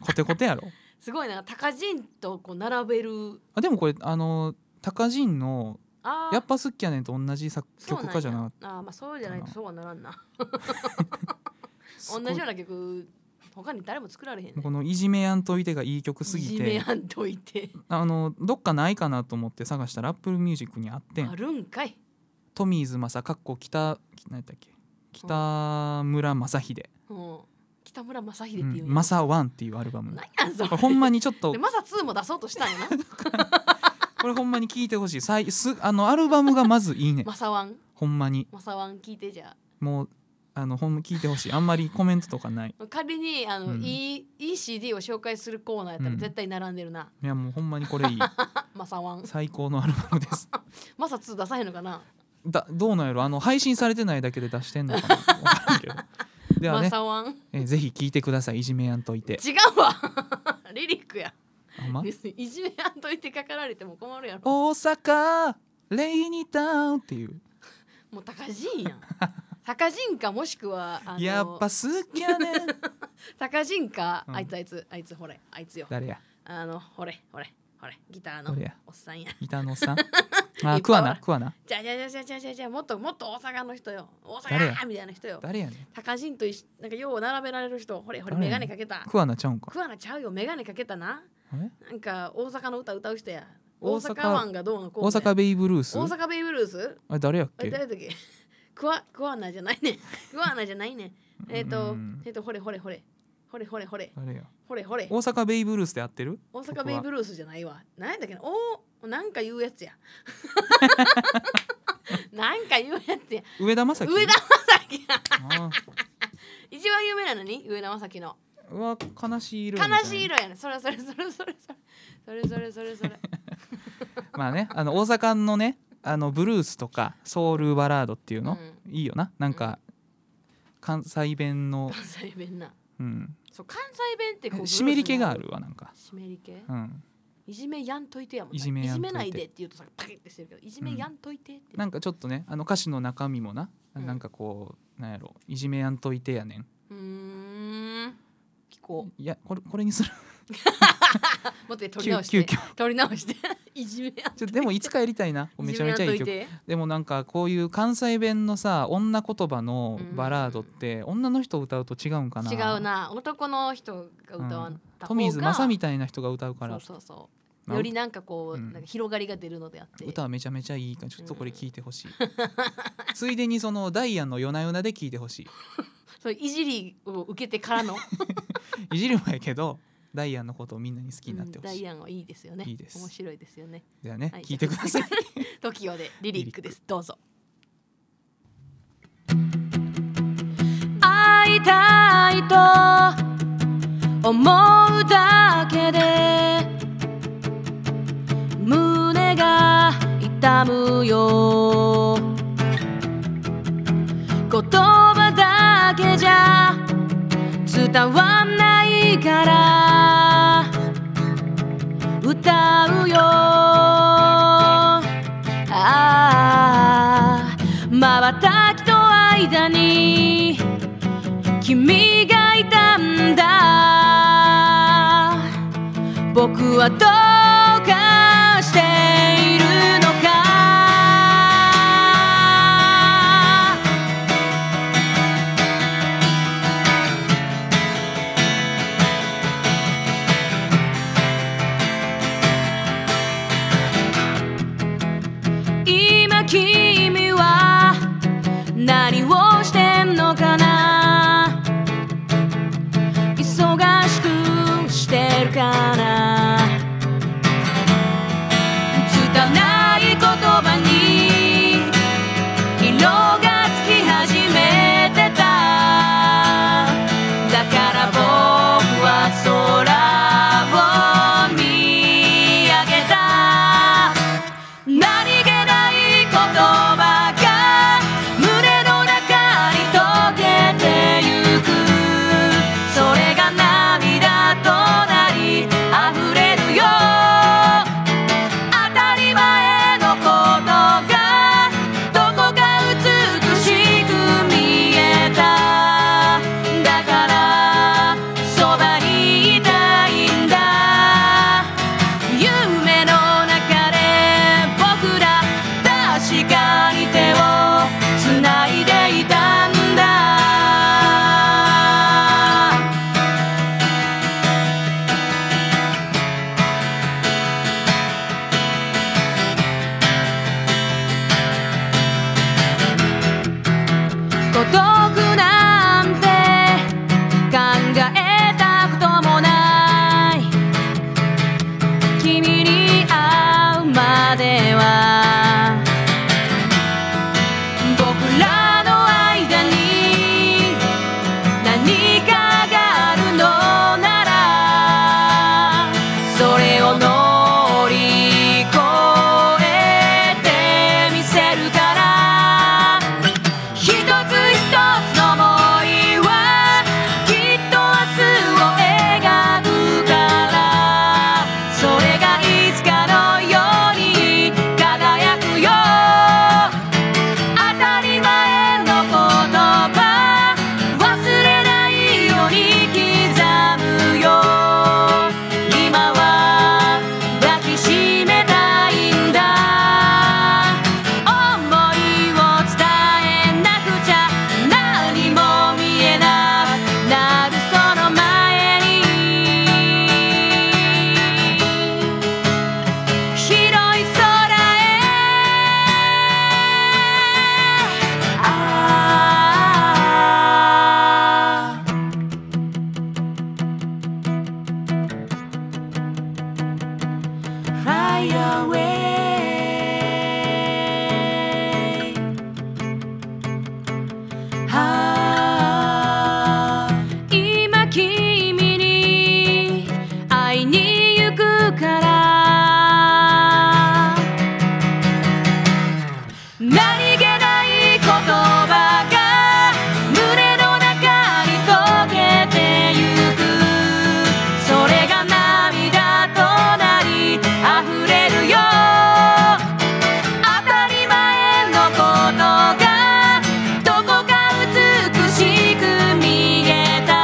Speaker 1: コテコテやろ
Speaker 3: すごいな高人とこう並べる
Speaker 1: あでもこれあのタカジンの
Speaker 3: あ
Speaker 1: 「
Speaker 3: ー
Speaker 1: やっぱ好きやねん」と同じ作
Speaker 3: そう
Speaker 1: 曲家じゃな
Speaker 3: あーまあそうじゃないと
Speaker 1: かな
Speaker 3: そうはならんな
Speaker 1: す
Speaker 3: 同
Speaker 1: ごい
Speaker 3: じような曲他に誰も作られへんね
Speaker 1: もうこの「いじめやんといて」がいい曲す
Speaker 3: い
Speaker 1: ぎ
Speaker 3: じめ
Speaker 1: て
Speaker 3: やんといて
Speaker 1: あのどっかないかなと思って探したら Apple Music にあってん
Speaker 3: あるんかい
Speaker 1: トミーズ正かっこ北何やったっけ北村正秀
Speaker 3: うん北村雅秀っ
Speaker 1: 「
Speaker 3: て
Speaker 1: う
Speaker 3: いうん
Speaker 1: マサワン」っていうアルバム
Speaker 3: 何やんそれ
Speaker 1: これほんまにちょっと
Speaker 3: *laughs* でマサ2も出そうとしたんや
Speaker 1: *laughs*
Speaker 3: な
Speaker 1: これほんまに聞いてほしいさいすあのアルバムがまずいいね
Speaker 3: *laughs* マサワン
Speaker 1: ほんまに
Speaker 3: マサワン聞いてじゃ
Speaker 1: もうあのほんま聞いてほしいあんまりコメントとかない
Speaker 3: あ仮にあの、
Speaker 1: うん
Speaker 3: いいいい CD を紹介するコーナーやった
Speaker 1: う
Speaker 3: ら
Speaker 1: ん
Speaker 3: 絶対並んでるな、
Speaker 1: いやもうほんまにこれいい
Speaker 3: マサワン
Speaker 1: 最高のアルバムです
Speaker 3: マサ2出さへんのかな、
Speaker 1: だどうなんやろあの配信されてないだけで出してんのかなわからんけどでは
Speaker 3: マ
Speaker 1: ね、
Speaker 3: サワン
Speaker 1: えーぜひ聞いてくださいいじめやんといて
Speaker 3: 違うわ *laughs* リリックや
Speaker 1: ほんま
Speaker 3: 別にいじめやんといてかかられても困るやろ
Speaker 1: 大阪レイニータウンっていう
Speaker 3: もう高
Speaker 1: *laughs*
Speaker 3: 人やん高人かもしくはあの
Speaker 1: やっぱ好き
Speaker 3: *laughs*
Speaker 1: やねん
Speaker 3: 高人か、
Speaker 1: うん
Speaker 3: あいつあいつあいつほれあいつよ
Speaker 1: 誰や
Speaker 3: あのほれほれほれギターの
Speaker 1: 誰や
Speaker 3: おっさんや
Speaker 1: 板野
Speaker 3: *laughs*
Speaker 1: さん
Speaker 3: い
Speaker 1: あ
Speaker 3: っ
Speaker 1: クワ
Speaker 3: ぱいお
Speaker 1: ナ
Speaker 3: る
Speaker 1: クワナ
Speaker 3: じゃあじゃあじゃあじゃあじゃあじゃあじゃあもっともっと大阪の人よ大
Speaker 1: 誰や
Speaker 3: 阪みたいな人よ
Speaker 1: 誰やねん
Speaker 3: 高人といしなんかよう並べられる人ほれほれ
Speaker 1: 誰
Speaker 3: 眼
Speaker 1: や
Speaker 3: 鏡かけた
Speaker 1: クワナちゃうんか
Speaker 3: クワナちゃうよ眼鏡かけたな
Speaker 1: え
Speaker 3: なんか大阪の歌歌う人や
Speaker 1: 大
Speaker 3: 大
Speaker 1: 阪
Speaker 3: 阪湾がどうのこ
Speaker 1: 大
Speaker 3: うの
Speaker 1: 阪ベイブルース
Speaker 3: 大阪ベイブルース
Speaker 1: あれ誰やっ
Speaker 3: あれ
Speaker 1: け
Speaker 3: 誰だっけ *laughs* クワクワナじゃないね *laughs* クワナじゃないねえっ、と、
Speaker 1: うん
Speaker 3: えっ、と、ほれほれほれ。ほれほれほれ。
Speaker 1: 誰や
Speaker 3: ほれほれ
Speaker 1: 大。阪ベイブルースで合ってる
Speaker 3: 大阪ベイブ
Speaker 1: ル
Speaker 3: ルースじゃないわ。なんやったっけなおーなんか言うやつや。 *laughs* なんか言うやつや。
Speaker 1: 上田正樹
Speaker 3: 上田正樹や。
Speaker 1: あ
Speaker 3: 一番有名なのに上田正樹の。
Speaker 1: ーうわ悲しい色
Speaker 3: 悲
Speaker 1: やみたな
Speaker 3: しい色やね。それそれそれそれそれ。それそ
Speaker 1: *laughs*
Speaker 3: れそれそれ。
Speaker 1: まあねあの大阪のねあのブルースとかソウルバラードっていうの、いいよななんか関西弁の
Speaker 3: 関、西弁な。
Speaker 1: うん、
Speaker 3: そう、関西弁ってこう。
Speaker 1: 湿り気があ。るわなんか、
Speaker 3: 湿り気
Speaker 1: うん、
Speaker 3: いじめやんといてやもんな。
Speaker 1: いじめやんといて
Speaker 3: ないでって言うとさ、パキってしてるけど、いじめやんといてって。
Speaker 1: なんかちょっとねあの歌詞の中身もな、
Speaker 3: うん
Speaker 1: なんかこうなんやろいじめやんといてやねん
Speaker 3: うーん。聞こう。
Speaker 1: いやこれこれにする *laughs*
Speaker 3: もっと取り
Speaker 1: 急
Speaker 3: 直して
Speaker 1: 急。遽
Speaker 3: 取り直して *laughs* いじめや
Speaker 1: ちょでもいつかやりたいなめちゃめちゃいい曲
Speaker 3: い
Speaker 1: でもなんかこういう関西弁のさ女言葉のバラードって、女の人歌うと違うんかな
Speaker 3: 違うな男の人が歌わんた方が、
Speaker 1: 富水正みたいな人が歌うから
Speaker 3: そうそうそ
Speaker 1: まあ
Speaker 3: うよりなんかこう、
Speaker 1: うん
Speaker 3: なんか広がりが出るのであって
Speaker 1: 歌はめちゃめちゃいいからちょっとこれ聞いてほしい、ついでにそのダイアンの「夜な夜な」で聞いてほし
Speaker 3: そういじりを受けてか
Speaker 1: *laughs*
Speaker 3: らの
Speaker 1: いいじるもやけど *laughs* ダイアンのことをみんなに好きになって
Speaker 3: うん
Speaker 1: ほ
Speaker 3: ダ
Speaker 1: しい、
Speaker 3: イアンはいいですよね
Speaker 1: いいです
Speaker 3: 面白いですよね
Speaker 1: ではね、
Speaker 3: はい
Speaker 1: 聞いてください
Speaker 3: トキオでリリックですどうぞ会いたいと思うだけで胸が痛むよ言葉だけじゃ伝わんないから歌うよあまばたきの間に君がいたんだ僕はどうかしているのか何をしてんのかな忙しくしてるかな拙い言葉に色がつき始めてただから僕は空を見上げた何気ない言葉が胸の中に溶けてゆくそれが涙となり溢れるよ当たり前のことがどこか美しく見えただからそばにいたいんだ夢の中で僕ら確かに手をつないでいたんだ孤独なんて考えたこともない君に会うまでは僕らの間に何かがあるのならそれを乗り越えてみせるから一つ一つの想いはきっと明日を描くからそれがいつかのように輝くよ当たり前の言葉忘れないように刻むよ今は抱きしめたいんだ思いを伝えなくちゃ何も見えなくなるその前に広い空へああ「Fly away」「ああ今君に会いに行くから」何気ない言葉が胸の中に溶けてゆくそれが涙となり溢れるよ当たり前のことがどこか美しく見えた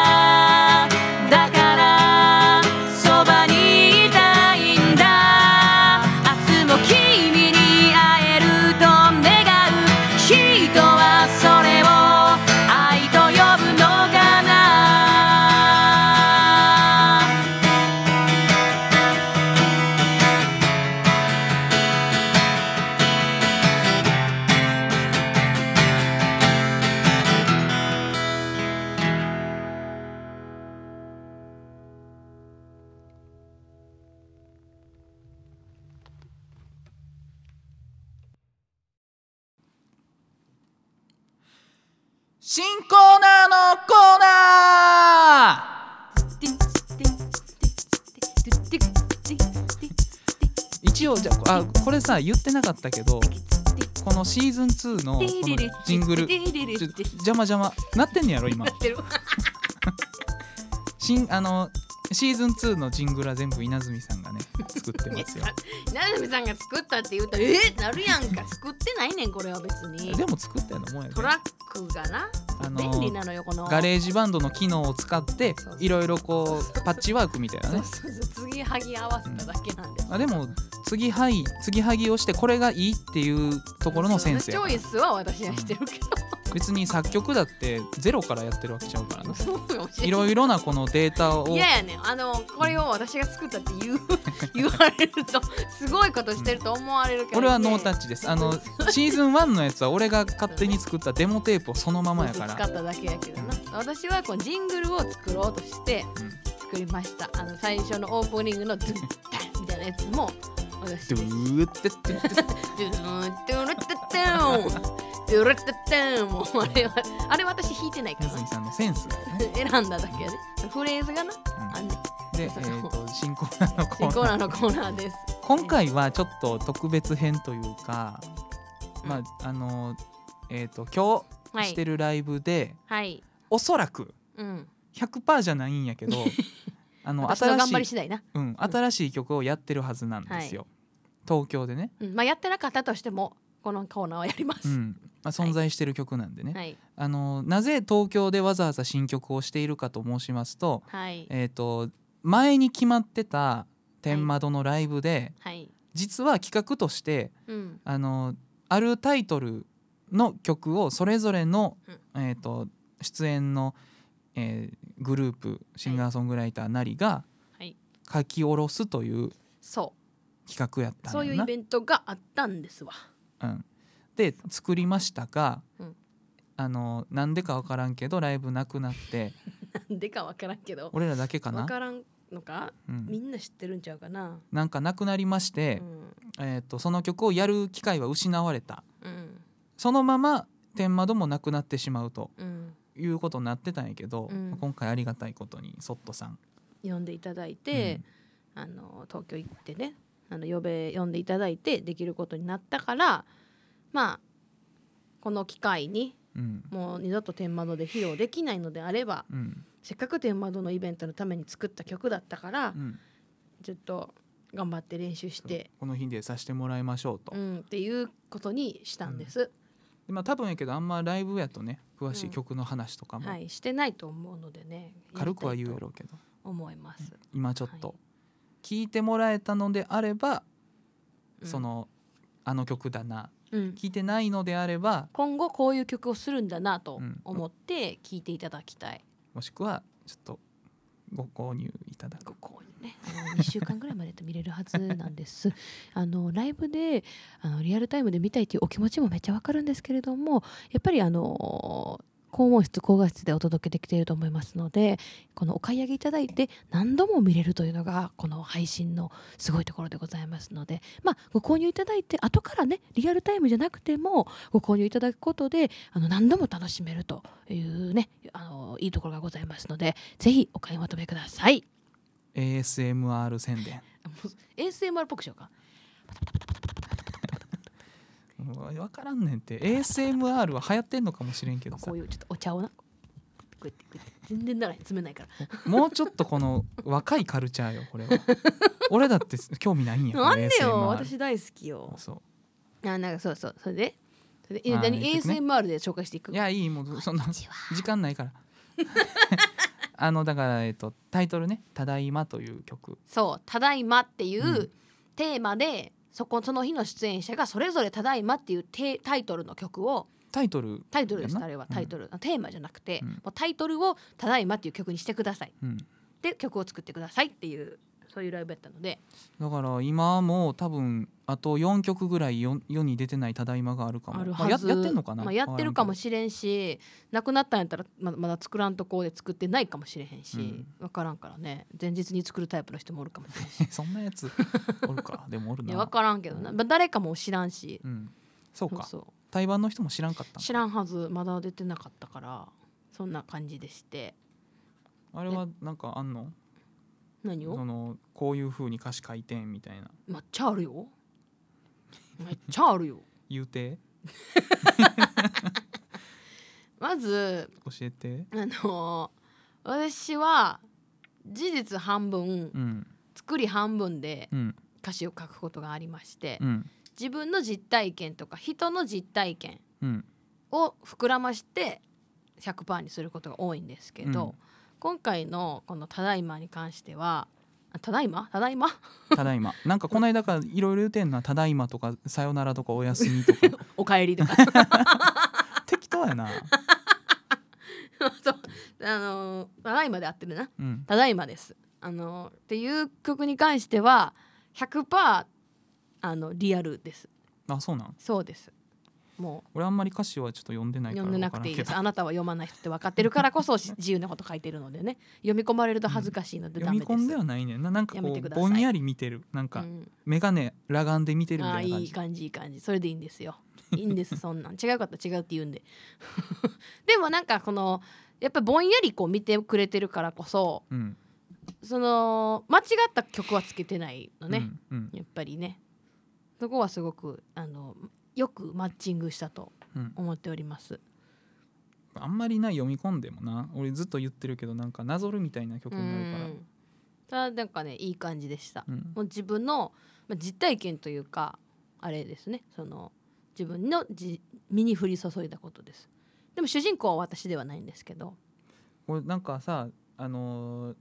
Speaker 3: だからそばにいたいんだ明日も君に会えると願う人はそれを愛と呼ぶのかな
Speaker 1: 新コーナーのコーナー一応じゃああこれさ言ってなかったけどこのシーズン2のこのジングルちょ邪魔邪魔なってんねやろ今
Speaker 4: ってる
Speaker 1: 新あのシーズン2のジングルは全部稲積さんがね作ってますよ
Speaker 4: ななみさんが作ったって言うたらえー、なるやんか作ってないねんこれは別に
Speaker 1: でも作ったようなもんやで
Speaker 4: トラックがな
Speaker 1: あの
Speaker 4: 便利なのよこの
Speaker 1: ガレージバンドの機能を使って
Speaker 4: そうそう
Speaker 1: いろいろこうパッチワークみたいな
Speaker 4: そう
Speaker 1: ね
Speaker 4: そうそう次はぎ合わせただけなんです、
Speaker 1: あでも継ぎはぎ継ぎはぎをしてこれがいいっていうところのセンスや
Speaker 4: チョイスは私がしてるけど
Speaker 1: 別に作曲だってゼロからやってるわけちゃうからな
Speaker 3: そうかもしれない
Speaker 1: いろいろなこのデータを
Speaker 3: いややねんあのこれを私が作ったって
Speaker 1: *laughs*
Speaker 3: 言う言われるとすごいことしてると思われるから
Speaker 1: 俺はノータ
Speaker 3: ッ
Speaker 1: ッチですあのシーズン1のやつは俺が勝手に作ったデモテープをそのままやから
Speaker 3: 使っただけやけどな私はこうジングルを作ろうとして
Speaker 1: うん
Speaker 3: 作りましたあの最初のオープニングのズンダンみたいなやつも私
Speaker 1: ド
Speaker 3: です
Speaker 1: ゥーってってって
Speaker 3: ドゥンドゥルッタッタンドゥルッタッタンもうあれはあれ私弾いてないから
Speaker 1: 水
Speaker 3: な
Speaker 1: 木さんのセンスがね、
Speaker 3: 選んだだけやでフレーズがなあんねん
Speaker 1: うんで、え
Speaker 3: そうそう
Speaker 1: ー、と新コーナーのコ
Speaker 3: 新
Speaker 1: ー
Speaker 3: コー
Speaker 1: ナー
Speaker 3: ナーのコーナーです
Speaker 1: 今回はちょっと特別編というか、
Speaker 3: うん
Speaker 1: まああのえっ、と今
Speaker 3: は
Speaker 1: 日して
Speaker 3: い
Speaker 1: るライブで、
Speaker 3: はい
Speaker 1: おそらく
Speaker 3: うん
Speaker 1: 100%じゃないんやけ
Speaker 3: *laughs*
Speaker 1: どあの
Speaker 3: 私の頑張
Speaker 1: 新
Speaker 3: り
Speaker 1: しい、
Speaker 3: 次第な
Speaker 1: うん、新しい曲をやってるはずなんですよ、東京でね、
Speaker 3: うんまあやってなかったとしてもこのコーナーはやりま
Speaker 1: う
Speaker 3: す
Speaker 1: んまあ、存在してる曲なんでね、
Speaker 3: はい
Speaker 1: あのなぜ東京でわざわざ新曲をしているかと申しますと,、
Speaker 3: はい
Speaker 1: えー、と前に決まってた天窓のライブで、
Speaker 3: はい
Speaker 1: 実は企画として
Speaker 3: うん
Speaker 1: あのあるタイトルの曲をそれぞれの、えー、と出演の、えーグループシンガーソングライターなりが
Speaker 3: はい
Speaker 1: 書き下ろすという
Speaker 3: そ
Speaker 1: 企画やっ
Speaker 3: う
Speaker 1: た
Speaker 3: そうんい
Speaker 1: や
Speaker 3: うイ
Speaker 1: な。
Speaker 3: ベントがあったんですわ
Speaker 1: うん、で作りましたが、
Speaker 3: うん
Speaker 1: あのなんでか分からんけどライブなくなって
Speaker 3: なんでかわからんけど
Speaker 1: 俺らだけか
Speaker 3: わ
Speaker 1: な、
Speaker 3: からんのか
Speaker 1: うん
Speaker 3: みんな知ってるんちゃうかな
Speaker 1: なんかなくなりまし
Speaker 3: う
Speaker 1: て、
Speaker 3: ん
Speaker 1: えー、とその曲をやる機会は失われた
Speaker 3: うん
Speaker 1: そのまま天窓もなくなってしまうと
Speaker 3: うん
Speaker 1: いうことになってたんやけど、
Speaker 3: うん
Speaker 1: 今回ありがたいことにそっとさん、
Speaker 3: 呼んでいただいて、あの東京行ってねあの呼べ呼んでいただいてできることになったからまあこの機会に
Speaker 1: うん
Speaker 3: もう二度と天窓で披露できないのであれば
Speaker 1: うん
Speaker 3: せっかく天窓のイベントのために作った曲だったから、
Speaker 1: うん、
Speaker 3: ちょっと頑張って練習して、
Speaker 1: この日でさせてもらいましょうと、
Speaker 3: うん、っていうことにしたんです、
Speaker 1: でまあ、多分やけどあんまライブやとね詳し
Speaker 3: う
Speaker 1: い
Speaker 3: ん
Speaker 1: 曲の話とかも
Speaker 3: はいしてないと思うのでね
Speaker 1: 軽くは言う
Speaker 3: や
Speaker 1: や
Speaker 3: ろ
Speaker 1: ろうけど、
Speaker 3: 思います、
Speaker 1: 今ちょっ
Speaker 3: は
Speaker 1: と聞いてもらえたのであれば、
Speaker 3: うん
Speaker 1: そ、のあの曲だな
Speaker 3: うん、
Speaker 1: 聞いてないのであれば
Speaker 3: 今後こういう曲をするんだなと
Speaker 1: うん
Speaker 3: 思って聞いていただきたい、
Speaker 1: もしくはちょっとご購入いただく
Speaker 3: ここにね、あの2週間ぐらいまでと見れるはずなんです。 *laughs* あのライブであのリアルタイムで見たいというお気持ちもめっちゃわかるんですけれども、やっぱりあの高音質高画質でお届けできていると思いますので、このお買い上げいただいて何度も見れるというのがこの配信のすごいところでございますので、まあご購入いただいて後からねリアルタイムじゃなくてもご購入いただくことであの何度も楽しめるというねあのいいところがございますので、ぜひお買い求めください。
Speaker 1: ASMR 宣伝
Speaker 3: もう ASMR っぽくしようか
Speaker 1: 分からんねんって ASMR は流行ってんのかもしれんけどさ
Speaker 3: こういうちょっとお茶をなこうやってこうやって全然ならへん詰めないから
Speaker 1: もうちょっとこの若いカルチャーよこれは俺だって興味ないんや
Speaker 3: *laughs* なんで
Speaker 1: ASMR
Speaker 3: よ私大好きよ
Speaker 1: そ
Speaker 3: あなんかそうそうそれでそれでえ
Speaker 1: まあ
Speaker 3: 何
Speaker 1: いい曲ね
Speaker 3: ASMR で紹介していく
Speaker 1: ういやいいもうそんな時間ないから *laughs* あのだからえっとタイトルね「ただいま」という曲
Speaker 3: そう「ただいま」っていううんテーマで、そこその日の出演者がそれぞれ「ただいま」っていうテタイトルの曲を
Speaker 1: タイトル
Speaker 3: タイトルです
Speaker 1: やな
Speaker 3: あれはタイトル、あテーマじゃなくて、
Speaker 1: うん
Speaker 3: もうタイトルを「ただいま」っていう曲にしてください
Speaker 1: うん
Speaker 3: で曲を作ってくださいっていうそういうライブやったので
Speaker 1: だから今もう多分あと4曲ぐらい世世に出てない「ただいま」があるかも
Speaker 3: ある
Speaker 1: まあや
Speaker 3: はず、
Speaker 1: やってんのかな、
Speaker 3: まあ、やってるかも
Speaker 1: し
Speaker 3: しれんしなくなったんやったらままだ作らんとこで作ってないかもしれへんし、わ
Speaker 1: うん
Speaker 3: からんからね前日に作るタイプの人もおるかもしれんし
Speaker 1: れんそんなやつ *laughs* おるかでもおる
Speaker 3: い
Speaker 1: な
Speaker 3: や分からんけどな、まあ、誰かも知らんし
Speaker 1: うん、そうか
Speaker 3: そうそ
Speaker 1: 台湾の人も知らんかった
Speaker 3: うん
Speaker 1: か
Speaker 3: 知らんはずまだ出てなかったからそんな感じでして
Speaker 1: あれはなんかあんの
Speaker 3: 何
Speaker 1: そ
Speaker 3: を
Speaker 1: のこういう風に歌詞書いてんみたいな
Speaker 3: めっちゃあるよめっちゃあるよ *laughs*
Speaker 1: 言うて
Speaker 3: まず
Speaker 1: 教えて
Speaker 3: あのー私は事実半分
Speaker 1: うん
Speaker 3: 作り半分で
Speaker 1: うん
Speaker 3: 歌詞を書くことがありまして、
Speaker 1: うん
Speaker 3: 自分の実体験とか人の実体験
Speaker 1: うん
Speaker 3: を膨らまして100%にすることが多いんですけど、
Speaker 1: うん
Speaker 3: 今回のこの「ただいま」に関しては「あただいまただ
Speaker 1: *laughs*
Speaker 3: いま
Speaker 1: ただいまなんかこの間からいろい
Speaker 3: *laughs*
Speaker 1: ろ言うてんのは「ただいま」とか「さよなら」とか「おやすみ」とか
Speaker 3: おかえり」とか
Speaker 1: 適当やな。
Speaker 3: そうあのーただいまで合ってるな
Speaker 1: うん。
Speaker 3: ただいまですあのーっていう曲に関しては100%あのリアルです
Speaker 1: あ、そうなん。
Speaker 3: そうですも
Speaker 1: 俺あんまり歌詞はちょっと読んで
Speaker 3: う
Speaker 1: ないから
Speaker 3: 読ん
Speaker 1: 分
Speaker 3: で
Speaker 1: からけど。
Speaker 3: なんくていいですあなたは読まない人って分かってるからこそし自由なこと書いてるのでね読み込まれると恥ずかしいのでダ
Speaker 1: 読み
Speaker 3: メです
Speaker 1: 込んではないねんななんか
Speaker 3: や
Speaker 1: こ
Speaker 3: めて
Speaker 1: う
Speaker 3: ください
Speaker 1: ぼんやり見てるなんか
Speaker 3: うん
Speaker 1: 眼鏡裸眼で見てるみ
Speaker 3: あ
Speaker 1: た
Speaker 3: あ
Speaker 1: いな感
Speaker 3: いい
Speaker 1: じ
Speaker 3: 感じいい感じそれでいいんで
Speaker 1: *laughs*
Speaker 3: すよいいんですそんなん違うかったら違うって言うんで *laughs* でもなんかこのやっぱりぼんやりこう見てくれてるからこそ
Speaker 1: うん
Speaker 3: その間違った曲はつけてないのね、
Speaker 1: うんうん
Speaker 3: やっぱりねそこはすごくあのよくマッチングしたと
Speaker 1: うん
Speaker 3: 思っております
Speaker 1: あんまりな読み込んでもな俺ずっと言ってるけどなんかなぞるみたいな曲
Speaker 3: う
Speaker 1: になるから
Speaker 3: んただなんかねいい感じでした、
Speaker 1: うん
Speaker 3: もう自分の、まあ、実体験というかあれですねその自分のじ身に降り注いだことですでも主人公は私ではないんですけど
Speaker 1: これなんかさあのー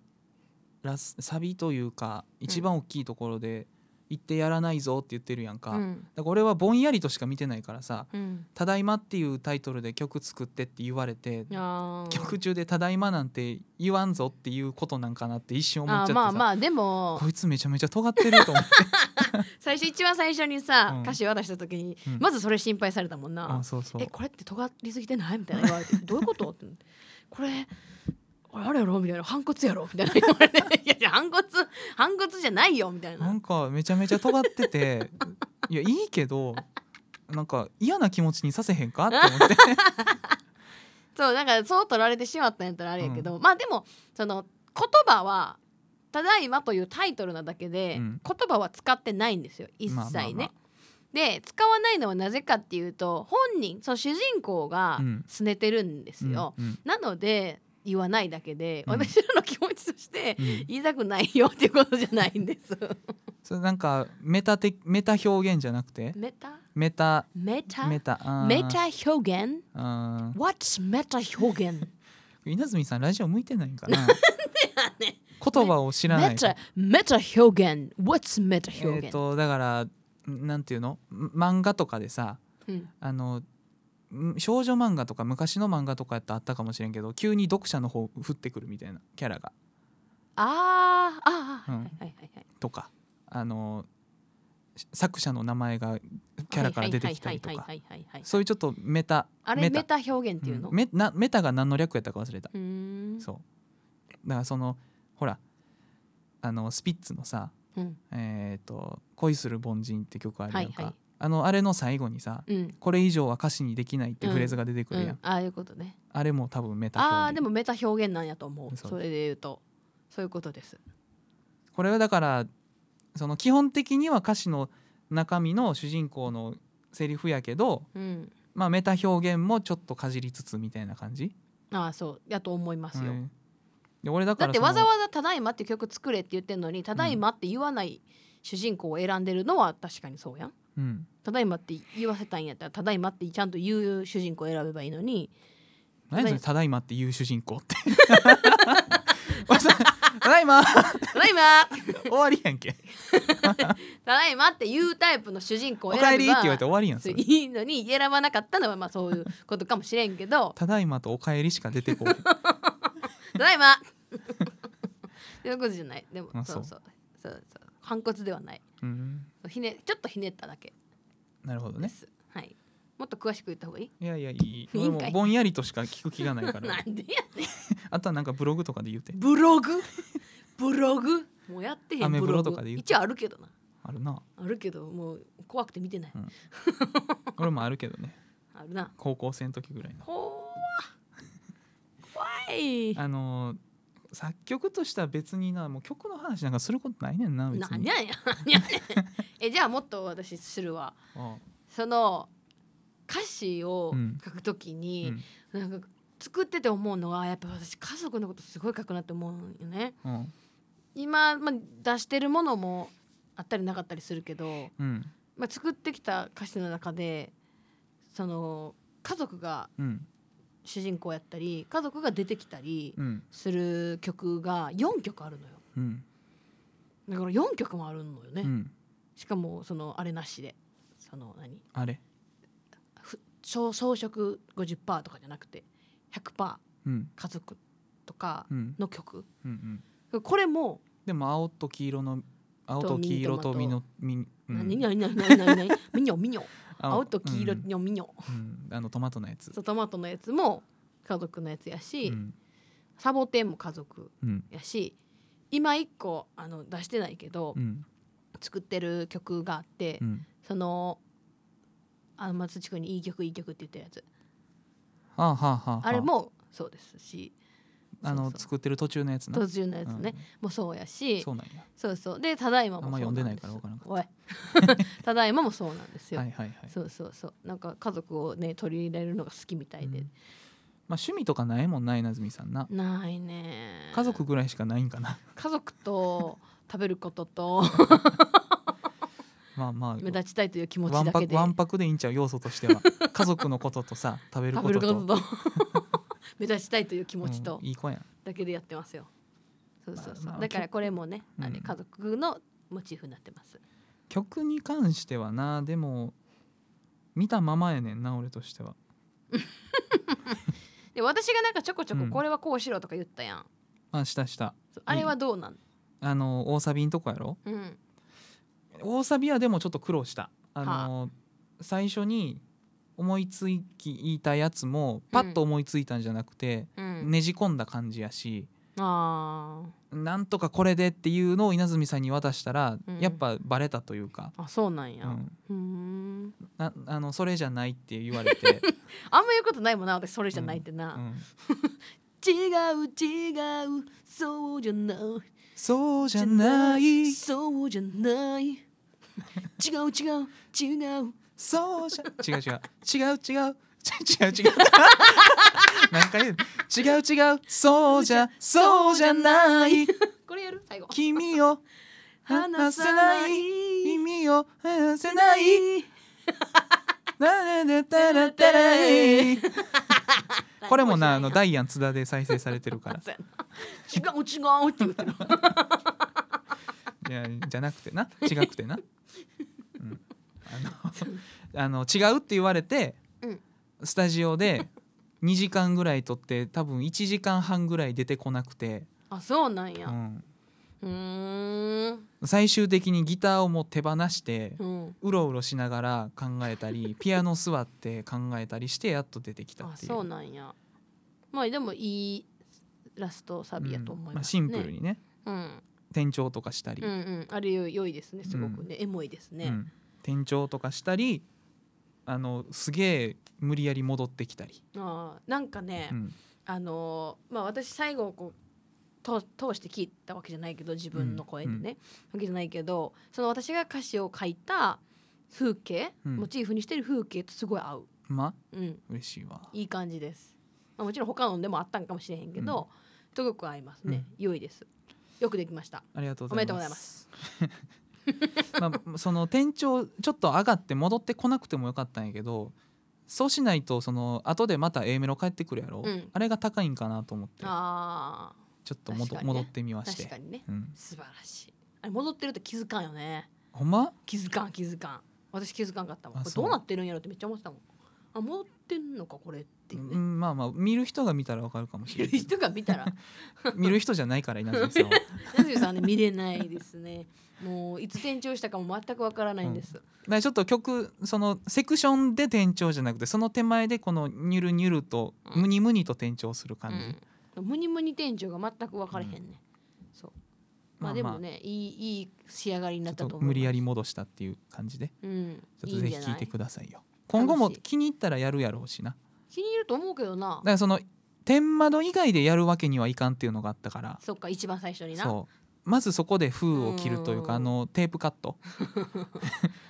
Speaker 1: ラスサビというか一番大きいところで「言ってやらないぞ」って言ってるやんか,、
Speaker 3: う
Speaker 1: だか
Speaker 3: ん
Speaker 1: ら俺はぼんやりとしか見てないからさ
Speaker 3: うん
Speaker 1: 「ただいま」っていうタイトルで曲作ってって言われて
Speaker 3: あー
Speaker 1: 曲中で「ただいま」なんて言わんぞっていうことなんかなって一瞬思っちゃ
Speaker 3: あ
Speaker 1: っ
Speaker 3: ー
Speaker 1: てさ、
Speaker 3: まあまあでも
Speaker 1: こいつめちゃめちゃ尖ってると思
Speaker 3: *laughs*
Speaker 1: って
Speaker 3: 最初一番最初にさ、
Speaker 1: うん
Speaker 3: 歌詞渡した時に、
Speaker 1: うん
Speaker 3: まずそれ心配されたもんな、
Speaker 1: あそうそう
Speaker 3: えこれって尖りすぎてないみたいな言
Speaker 1: *laughs*
Speaker 3: われてどういうことってこれこれあれやろみたいな反骨やろみたいな言われて *laughs* いやいや反骨反骨じゃないよみたい
Speaker 1: な
Speaker 3: なん
Speaker 1: かめちゃめちゃ尖って
Speaker 3: *laughs*
Speaker 1: ていやいいけどなんか嫌な気持ちにさせへんかって思って
Speaker 3: *laughs* そうなんかそう取られてしまったんやったらあれやけど、まあでもその言葉は「ただいま」というタイトルなだけで、
Speaker 1: うん
Speaker 3: 言葉は使ってないんですよ一切ね。
Speaker 1: まあまあまあ
Speaker 3: で使わないのはなぜかっていうと本人その主人公が
Speaker 1: うん
Speaker 3: 拗ねてるんですよ。
Speaker 1: うん
Speaker 3: なので言わないだけで、
Speaker 1: うん
Speaker 3: 私らの気持ちとして
Speaker 1: うんうん
Speaker 3: 言いたくないよっていうことじゃない
Speaker 1: *laughs*
Speaker 3: んです。
Speaker 1: それなんかメタ的メタ表現じゃなくて
Speaker 3: メタ
Speaker 1: メタ
Speaker 3: メタ
Speaker 1: メ
Speaker 3: メ
Speaker 1: タあー
Speaker 3: タ表現
Speaker 1: あ
Speaker 3: ?What's メタ表現
Speaker 1: ー稲積さんラジオ向いてないんかな
Speaker 3: ね
Speaker 1: 言葉を知らない
Speaker 3: メタメタ表現 ?What's メタ
Speaker 1: え
Speaker 3: 表
Speaker 1: ー
Speaker 3: 現、
Speaker 1: とだからなんていうの漫画とかでさ
Speaker 3: うん
Speaker 1: あのん少女漫画とか昔の漫画とかやったらあったかもしれんけど急に読者の方降ってくるみたいなキャラが
Speaker 3: あーあー、
Speaker 1: うん
Speaker 3: はいはいはいはい
Speaker 1: とかあのし作者の名前がキャラから出てきたりとか
Speaker 3: はいはいはいはいはいはいはい
Speaker 1: そういうちょっとメタ
Speaker 3: あれメタ表現っていう
Speaker 1: う
Speaker 3: の
Speaker 1: ん、メなメタが何の略やったか忘れた
Speaker 3: うーん
Speaker 1: そうだからそのほらあのスピッツのさ
Speaker 3: うん
Speaker 1: 「えー、と恋する凡人」って曲あるやんか、
Speaker 3: はいはい
Speaker 1: あのあれの最後にさ
Speaker 3: うん
Speaker 1: 「これ以上は歌詞にできない」ってフレーズが出てく
Speaker 3: う
Speaker 1: るやん、
Speaker 3: ん、ああいうことね
Speaker 1: あれも多分メタ
Speaker 3: ああ
Speaker 1: 表
Speaker 3: で
Speaker 1: 現
Speaker 3: もメタ表現なんやと思う
Speaker 1: そう
Speaker 3: それで言うとそういうことです
Speaker 1: これはだからその基本的には歌詞の中身の主人公のセリフやけど、
Speaker 3: うん
Speaker 1: まあ、メタ表現もちょっとかじりつつみたいな感じ、
Speaker 3: ああそうやと思いますよ、
Speaker 1: うんで俺だか
Speaker 3: だ
Speaker 1: ら
Speaker 3: って
Speaker 1: その
Speaker 3: わざわざ「ただいま」って曲作れって言ってんのに「ただいま」って言わない主人公を選んでるのは確かにそうやん
Speaker 1: うん
Speaker 3: 「ただいま」って言わせたいんやったら「ただいま」ってちゃんと言う主人公を選べばいいのに
Speaker 1: 何やそれ「ただいま」って言う主人公って *laughs* わざただいま
Speaker 3: 「ただいま」
Speaker 1: 終わりやんけ
Speaker 3: ただいまっていうタイプの主人公
Speaker 1: お
Speaker 3: を
Speaker 1: かえ
Speaker 3: 選
Speaker 1: り
Speaker 3: べ
Speaker 1: って言わ
Speaker 3: ば
Speaker 1: れ *laughs* て終わりやんそれ
Speaker 3: いいのに選ばなかったのはまあそういうことかもしれんけど
Speaker 1: ただいまとおかえりしか出てこない *laughs*
Speaker 3: 「ただいま」そういうことじゃないでも
Speaker 1: あ
Speaker 3: そう
Speaker 1: そ
Speaker 3: そうそうそう反骨ではない
Speaker 1: うん
Speaker 3: ひねちょっとひねっただけ
Speaker 1: なるほど
Speaker 3: で
Speaker 1: ね
Speaker 3: す、はいもっと詳しく言った方がいい
Speaker 1: いやいやいい
Speaker 3: いいんか
Speaker 1: 俺も
Speaker 3: い
Speaker 1: ぼんやりとしか聞く気が *laughs* ないか
Speaker 3: な
Speaker 1: ら
Speaker 3: んでやねん
Speaker 1: あとはなんかブログとかで言うて
Speaker 3: ブログブログもうやってへ
Speaker 1: ア
Speaker 3: ん
Speaker 1: メブロとかで言う
Speaker 3: 一応あるけどな
Speaker 1: あるな
Speaker 3: あるけどもう怖くて見てない、
Speaker 1: うん俺もあるけどね
Speaker 3: あるな
Speaker 1: 高校生の時ぐらいの
Speaker 3: 怖怖い
Speaker 1: あのー作曲としては別になもう曲の話なんかすることないねんな別
Speaker 3: 何
Speaker 1: に
Speaker 3: やねん何やねん
Speaker 1: *laughs*
Speaker 3: えじゃあもっと私するわ
Speaker 1: あ
Speaker 3: その歌詞を
Speaker 1: うん
Speaker 3: 書くとき
Speaker 1: あ
Speaker 3: に
Speaker 1: う、ん
Speaker 3: なんか作ってて思うのはやっぱ私家族のことすごい書くなって思うんよね
Speaker 1: うん
Speaker 3: 今、まあ、出してるものもあったりなかったりするけど
Speaker 1: うん
Speaker 3: まあ、作ってきた歌詞の中でその家族が
Speaker 1: うん
Speaker 3: 主人公やったり家族が出てきたり
Speaker 1: うん
Speaker 3: する曲が4曲あるのよ
Speaker 1: うん
Speaker 3: だから4曲もあるのよね、
Speaker 1: うん
Speaker 3: しかもそのあれなしでその何
Speaker 1: あれ
Speaker 3: ふ装装飾50%とかじゃなくて100%
Speaker 1: うん
Speaker 3: 家族とか
Speaker 1: うん
Speaker 3: の曲、
Speaker 1: うんうん
Speaker 3: これも
Speaker 1: でも青と黄色の青と黄色とみのみうん
Speaker 3: 何何何何何
Speaker 1: *laughs*
Speaker 3: 何ミニョミニョ
Speaker 1: 青
Speaker 3: 青と黄色
Speaker 1: うん
Speaker 3: のミニョ、
Speaker 1: うんあのトマトのやつ
Speaker 3: そうトマトのやつも家族のやつやし、
Speaker 1: うん
Speaker 3: サボテンも家族
Speaker 1: うん
Speaker 3: やし今一個あの出してないけど、
Speaker 1: うん
Speaker 3: 作ってる曲があって、
Speaker 1: うん
Speaker 3: そのあの松地君にいい曲いい曲って言ってるやつ
Speaker 1: はあはあはあは
Speaker 3: あれもそうですし
Speaker 1: あの
Speaker 3: そうそう
Speaker 1: 作ってる途中のやつな
Speaker 3: 途中のやつね、もそうやし
Speaker 1: そうなんや
Speaker 3: そうそうでただいま
Speaker 1: あん
Speaker 3: も
Speaker 1: ま
Speaker 3: そ
Speaker 1: 読
Speaker 3: うん
Speaker 1: で
Speaker 3: な
Speaker 1: なんい
Speaker 3: で
Speaker 1: か
Speaker 3: す
Speaker 1: らわからんかっ
Speaker 3: おい
Speaker 1: *laughs*
Speaker 3: ただいまもそうなんです
Speaker 1: た
Speaker 3: よ、
Speaker 1: はいはいはい
Speaker 3: そうそうそうなんか家族をね取り入れるのが好きみたいで、
Speaker 1: うんまあ趣味とかないもんないなずみさんな
Speaker 3: ないね
Speaker 1: 家族ぐらいしかないんかな *laughs*
Speaker 3: 家族と食べることと
Speaker 1: まあまあ
Speaker 3: 目立ちたいという気持
Speaker 1: わ
Speaker 3: ち
Speaker 1: ん
Speaker 3: だ
Speaker 1: ぱ
Speaker 3: け
Speaker 1: く
Speaker 3: で
Speaker 1: わんぱくでいいんちゃう要素として
Speaker 3: *laughs*
Speaker 1: は家族のこととさ食べる
Speaker 3: 食
Speaker 1: こ
Speaker 3: べ
Speaker 1: と
Speaker 3: る
Speaker 1: と
Speaker 3: ことと
Speaker 1: *laughs*
Speaker 3: 目立ちたいという気持ちと
Speaker 1: うんいい子やん
Speaker 3: だけでやってますよそうそうそう、
Speaker 1: まあまあ
Speaker 3: だからこれもね、
Speaker 1: うん
Speaker 3: あれ家族のモチーフになってます
Speaker 1: 曲に関してはなでも見たままやねんな俺としては
Speaker 3: で私がなんかちょこちょ
Speaker 1: う
Speaker 3: こ
Speaker 1: ん
Speaker 3: これはこうしろとか言ったやん、
Speaker 1: あしたした
Speaker 3: そうあれはどうなん
Speaker 1: あの大サビんとこやろ
Speaker 3: うん
Speaker 1: 大サビはでもちょっと苦労したあの、最初に思いついたやつもパッと思いついたんじゃなくて、
Speaker 3: うん、
Speaker 1: ねじ込んだ感じやし
Speaker 3: あ
Speaker 1: なんとかこれでっていうのを稲積さんに渡したら、
Speaker 3: うん
Speaker 1: やっぱバレたというか、
Speaker 3: ーあそうなんや
Speaker 1: う
Speaker 3: うん
Speaker 1: ん、
Speaker 3: ーん
Speaker 1: なあのそれじゃないって言われ
Speaker 3: *laughs*
Speaker 1: て、
Speaker 3: あんま言うことないもんな私それじゃないってな、
Speaker 1: うん
Speaker 3: 違う違うそうじゃない
Speaker 1: そうじゃない
Speaker 3: そうじゃない違う違う違う
Speaker 1: そうじゃ違う違う違う違うち違う違う何回言う違う違うそうじゃそうじゃない
Speaker 3: これやる最後
Speaker 1: 君を話せない耳を離せないなれでたらたらいこれもなあのダイアン津田で再生されてるから
Speaker 3: そうやな違う違うって言ってる
Speaker 1: いやじゃなくてな違くてな、うんあのあの違うって言われて、
Speaker 3: うん
Speaker 1: スタジオで2時間ぐらい撮って多分1時間半ぐらい出てこなくて、
Speaker 3: *laughs* あそうなん
Speaker 1: う
Speaker 3: や
Speaker 1: ん、
Speaker 3: うーん
Speaker 1: 最終的にギターをもう手放して
Speaker 3: うん
Speaker 1: うろうろしながら考えたりピアノ座って考えたりしてやっと出てきた
Speaker 3: あ
Speaker 1: っていう
Speaker 3: そうなんやまあでもいいラストサビやと思
Speaker 1: うん
Speaker 3: い
Speaker 1: まあ、
Speaker 3: ます
Speaker 1: シ
Speaker 3: ね
Speaker 1: ンプルにね
Speaker 3: うん
Speaker 1: 転調とかしたり、
Speaker 3: うんうんあれ良いですねすごくねエモいです
Speaker 1: う
Speaker 3: ね
Speaker 1: ん転調とかしたりあのすげえ無理やり戻ってきたり、
Speaker 3: あーなんかね
Speaker 1: うん
Speaker 3: あのーまあ私最後こうと通して聞いたわけじゃないけど自分の声で
Speaker 1: うん
Speaker 3: ね、わけじゃないけどその私が歌詞を書いた風景、
Speaker 1: うん
Speaker 3: モチーフにしてる風景とすごい合う、
Speaker 1: まあ
Speaker 3: うん、
Speaker 1: 嬉しいわ。
Speaker 3: いい感じです、まあ、もちろん他のでもあったんかもしれへんけど、すごく合いますね、良いですよくできました
Speaker 1: ありがとう
Speaker 3: お
Speaker 1: ござ
Speaker 3: め
Speaker 1: い
Speaker 3: でとうござい
Speaker 1: ま。
Speaker 3: ます
Speaker 1: *laughs* まあ、その店長ちょっと上がって戻ってこなくてもよかったんやけどそうしないとその後でまた A メロ帰ってくるやろ、
Speaker 3: うん
Speaker 1: あれが高いんかなと思って
Speaker 3: あ
Speaker 1: ちょっと戻,、
Speaker 3: 確かにね
Speaker 1: 戻ってみま
Speaker 3: ー
Speaker 1: して
Speaker 3: 確かにね
Speaker 1: うん、
Speaker 3: 素晴らしいあれ戻ってると気づかんよね
Speaker 1: ほんま
Speaker 3: 気づかん気づかん私気づかんかったもん
Speaker 1: あ
Speaker 3: これ
Speaker 1: そう
Speaker 3: どうなってるんやろってめっちゃ思ってたもんあ戻ってんのかこれっていうね、
Speaker 1: うん、まあまあ見る人が見たらわかるかもしれ
Speaker 3: 見る
Speaker 1: ない
Speaker 3: *laughs* 人が見たら
Speaker 1: 見る人じゃないから稲積さんは
Speaker 3: なずみさんね見れないですねもういつ転調したかも全くわからないんです、
Speaker 1: だからちょっと曲そのセクションで転調じゃなくてその手前でこのニュルニュルと
Speaker 2: うん
Speaker 1: ムニムニと転調する感じ、
Speaker 3: ムニムニ店長が全く分からへんね、そうまあでもね、いいいい仕上がり
Speaker 1: ち
Speaker 3: に
Speaker 1: ょ
Speaker 3: なっ
Speaker 1: った
Speaker 3: と
Speaker 1: と
Speaker 3: 思う
Speaker 1: 無理やり戻したっていう感じで
Speaker 3: うん
Speaker 1: ちょっと
Speaker 3: いいん
Speaker 1: ぜ
Speaker 3: じ
Speaker 1: ひ
Speaker 3: ゃ
Speaker 1: 聞
Speaker 3: ないい
Speaker 1: てくださいよ。今後も
Speaker 3: 楽しい
Speaker 1: 気に入ったらやるやろうしな。
Speaker 3: 気に入ると思うけど
Speaker 1: だ
Speaker 3: な
Speaker 1: からその天窓以外でやるわけにはいかんっていうのがあったから、
Speaker 3: そっか一番最初にな
Speaker 1: そう。まずそこで封を切るというか
Speaker 3: う
Speaker 1: あ
Speaker 3: ん
Speaker 1: のテープカッ
Speaker 3: *laughs*
Speaker 1: ト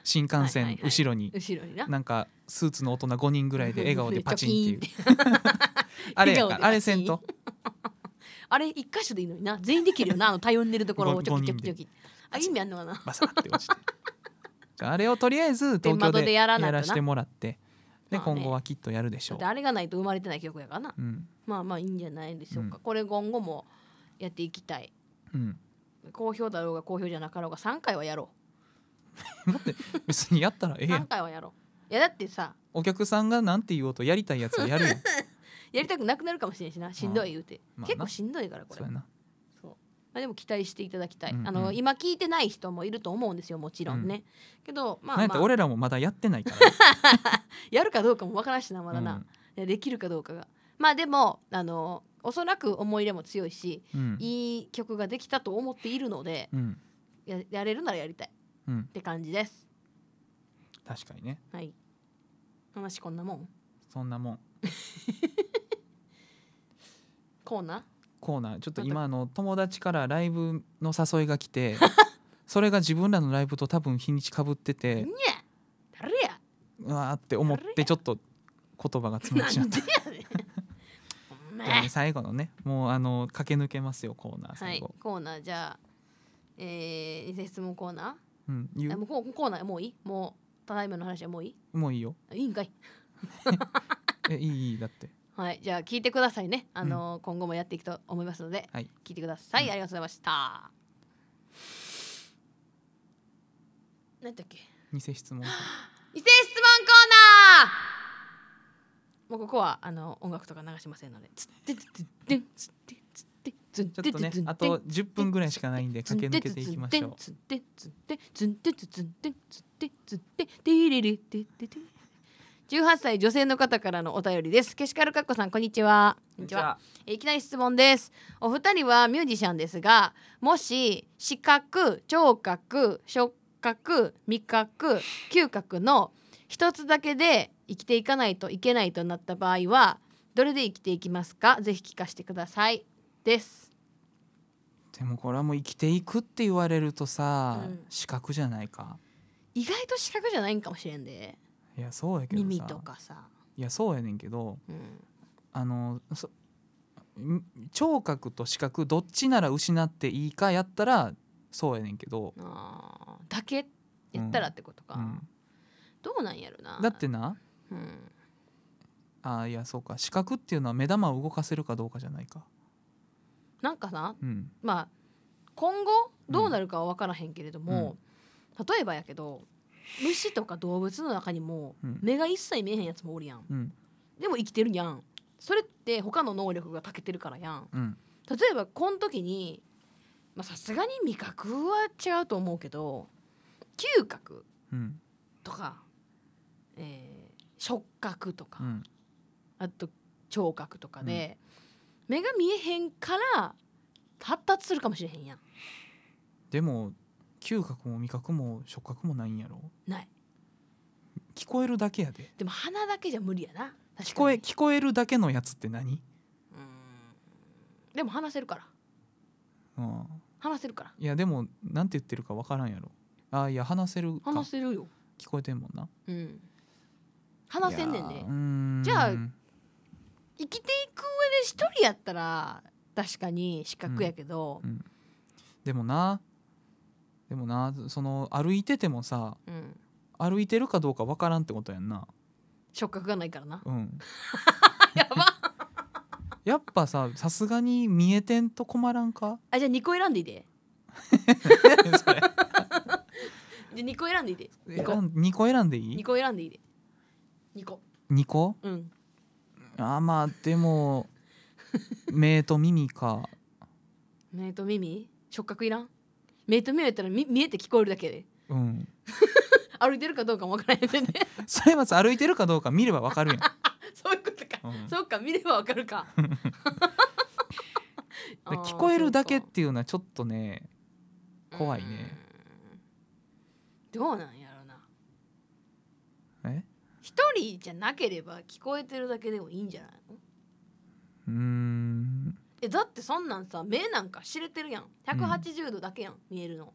Speaker 1: 新幹
Speaker 3: はい
Speaker 1: 線
Speaker 3: はいはい
Speaker 1: 後ろに
Speaker 3: 後ろにな
Speaker 1: なんかスーツの大人5人ぐらいで笑顔でパチン
Speaker 3: *laughs*
Speaker 1: っていうあれ
Speaker 3: 笑
Speaker 1: や
Speaker 3: 顔
Speaker 1: か
Speaker 3: でパチン
Speaker 1: らあれせんと
Speaker 3: あれ一箇所でいいのにな全員できるよなあの頼んでるところを
Speaker 1: ご
Speaker 3: ちょきちょ
Speaker 1: 五人
Speaker 3: き
Speaker 1: で
Speaker 3: ちょきあ意味あんのかな
Speaker 1: バサって
Speaker 3: *laughs*
Speaker 1: 落ちてじゃああれをとりあえず東
Speaker 3: 天
Speaker 1: 京
Speaker 3: 窓
Speaker 1: で
Speaker 3: で
Speaker 1: や
Speaker 3: やらなきゃな
Speaker 1: らしてもらってで
Speaker 3: まあね
Speaker 1: 今後はきっとやるでし
Speaker 3: だ
Speaker 1: ょ
Speaker 3: ってあれがないと生まれてない曲やからな
Speaker 1: う。うん
Speaker 3: まあまあいいんじゃないでしょうか、
Speaker 1: う
Speaker 3: これ今後もやっていきたい
Speaker 1: うん
Speaker 3: 好評だろうが好評じゃなかろうが3回はやろ
Speaker 1: 別にやったらえ
Speaker 3: う
Speaker 1: えやん
Speaker 3: 3回はやろういやだってさ
Speaker 1: お客さんがなんて言おうとやりたいやつはやる
Speaker 3: *laughs*
Speaker 1: よ
Speaker 3: やりたくなくなるかもしれんしなしんどい言うて、
Speaker 1: まあな
Speaker 3: 結構しんどいからこ
Speaker 1: そ
Speaker 3: れ
Speaker 1: うやな
Speaker 3: まあ、でも期待していただきたい、
Speaker 1: うんうん
Speaker 3: あの今聞いてない人もいると思うんですよもちろんね、けどま
Speaker 1: なんや
Speaker 3: あ、
Speaker 1: った
Speaker 3: ま
Speaker 1: ら
Speaker 3: あ、
Speaker 1: 俺らもまだやってないから
Speaker 3: やるかどうかもわからんしなまだ
Speaker 1: う
Speaker 3: な、
Speaker 1: ん
Speaker 3: いやできるかどうかがまあでもあのおそらく思い入れも強いし
Speaker 1: うん
Speaker 3: いい曲ができたと思っているので
Speaker 1: うん
Speaker 3: ややれるならやりたいっ
Speaker 1: うん
Speaker 3: て感じです
Speaker 1: 確かにね
Speaker 3: はい話こんなもん
Speaker 1: そんなもん
Speaker 3: コーナ
Speaker 1: コーナーちょっと今あの友達からライブの誘いが来
Speaker 3: *laughs*
Speaker 1: てそれが自分らのライブと多分日にちかぶって
Speaker 3: ー
Speaker 1: て
Speaker 3: にゃ誰や
Speaker 1: うわーって思ってちょっと言葉が詰ま
Speaker 3: な
Speaker 1: ってしま
Speaker 3: ん
Speaker 1: っ
Speaker 3: で
Speaker 1: た
Speaker 3: やねんほんま
Speaker 1: じゃあね最後のねもうあの駆け抜けますよコーナー
Speaker 3: は
Speaker 1: 最
Speaker 3: い
Speaker 1: 後、
Speaker 3: コーナーじゃあえー、偽質問コーナ
Speaker 1: うん
Speaker 3: ー
Speaker 1: 言
Speaker 3: あもうこコーナーもういいもうただいまの話はもういいう
Speaker 1: もういいよ
Speaker 3: いいんかい
Speaker 1: えいいいいだって
Speaker 3: はい、じゃあ聞いてくださいね。あのー、今後もやっていくと思いますので、
Speaker 1: はい
Speaker 3: 聞いてください。
Speaker 1: うん
Speaker 3: ありがとうございました。なんだっけ？
Speaker 1: 偽質問
Speaker 3: 異性質問コーナー。もうここはあの音楽とか流しませんので。つってつってつってつってつってつっ
Speaker 1: ちょ
Speaker 3: て
Speaker 1: っとね
Speaker 3: つって
Speaker 1: あと10分ぐらいしかないんで駆け抜けていきましょう
Speaker 3: つってつってつってつってつってつってていれれててて。18歳女性の方からのお便りです。けしかるかっこさんこんにちは。こんにちは。えーいきなり質問ですお二人はミュージシャンですがもし視覚聴覚触覚味覚嗅覚の一つだけで生きていかないといけないとなった場合はどれで生きていきますかぜひ聞かせてくださいです
Speaker 1: でもこれはもう生きていくって言われるとさ、
Speaker 3: うん
Speaker 1: 視覚じゃないか
Speaker 3: 意外と視覚じゃないんかもしれんで
Speaker 1: いやそうやけどさ
Speaker 3: 耳とかさ、
Speaker 1: いやそうやねんけど
Speaker 3: うん
Speaker 1: あのそん聴覚と視覚どっちなら失っていいかやったらそうやねんけど、
Speaker 3: あーだけやったらってことか、
Speaker 1: うん、
Speaker 3: どうなんやろな
Speaker 1: だって、な
Speaker 3: うん、
Speaker 1: あいやそうか視覚っていうのは目玉を動かせるかどうかじゃないか、
Speaker 3: なんかさ
Speaker 1: うん、
Speaker 3: まあ今後どうなるかは分からへんけれども、例えばやけど虫とか動物の中にも
Speaker 1: うん
Speaker 3: 目が一切見えへんやつもおるやん
Speaker 1: うん
Speaker 3: でも生きてるやんそれって他の能力が長けてるからやん
Speaker 1: うん
Speaker 3: 例えばこの時にまあさすがに味覚は違うと思うけど嗅覚
Speaker 1: うん
Speaker 3: とか、えー触覚とか、
Speaker 1: うん
Speaker 3: あと聴覚とかで、目が見えへんから発達するかもしれへんやん
Speaker 1: でも嗅覚も味覚も触覚もないんやろ
Speaker 3: ない
Speaker 1: 聞こえるだけやで
Speaker 3: でも鼻だけじゃ無理やな確かに
Speaker 1: 聞こえ聞こえるだけのやつって何、
Speaker 3: うんでも話せるから
Speaker 1: うん、
Speaker 3: 話せるから
Speaker 1: いやでもなんて言ってるかわからんやろあいや話せるか
Speaker 3: 話せるよ
Speaker 1: 聞こえてんもんな
Speaker 3: うん話せんねん
Speaker 1: いや
Speaker 3: ね
Speaker 1: ーうーん
Speaker 3: じゃあ生きていく上で一人やったら確かに視覚やけど
Speaker 1: でもなでもなその歩いててもさ
Speaker 3: うん、
Speaker 1: 歩いてるかどうかわからんってことやんな
Speaker 3: 触覚がないからな
Speaker 1: うん
Speaker 3: *laughs* やば
Speaker 1: やっぱささすがに見えてんと困らんか *laughs*
Speaker 3: あじゃあ2個選んでいいで
Speaker 1: それ
Speaker 3: じゃあ2個選んでいいで
Speaker 1: 選
Speaker 3: 2個
Speaker 1: ん2個選んでい
Speaker 3: 2
Speaker 1: い
Speaker 3: 個選んでいいで2個
Speaker 1: ?2 個
Speaker 3: うん
Speaker 1: あまあで
Speaker 3: *laughs*
Speaker 1: も目と耳か
Speaker 3: 目と耳触覚いらん目と耳やったらみ見えて聞こえるだけで
Speaker 1: うん
Speaker 3: 歩いてるかどうかも分からへんねんね
Speaker 1: *laughs* それまず歩いてるかどうか見ればわかる
Speaker 3: そういうことか
Speaker 1: やん、うん、
Speaker 3: そうか見ればわか
Speaker 1: *laughs*
Speaker 3: るか。
Speaker 1: で聞こえるだけっ
Speaker 3: あー
Speaker 1: ていうのはちょっとね
Speaker 3: そうか
Speaker 1: 怖いね
Speaker 3: うんどうなんやろな。
Speaker 1: え
Speaker 3: 一人じゃなければ聞こえてるだけでもいいんじゃないの？
Speaker 1: うーん
Speaker 3: えだってそんなんさ目なんか知れてるやん。180度だけやん、見えるの。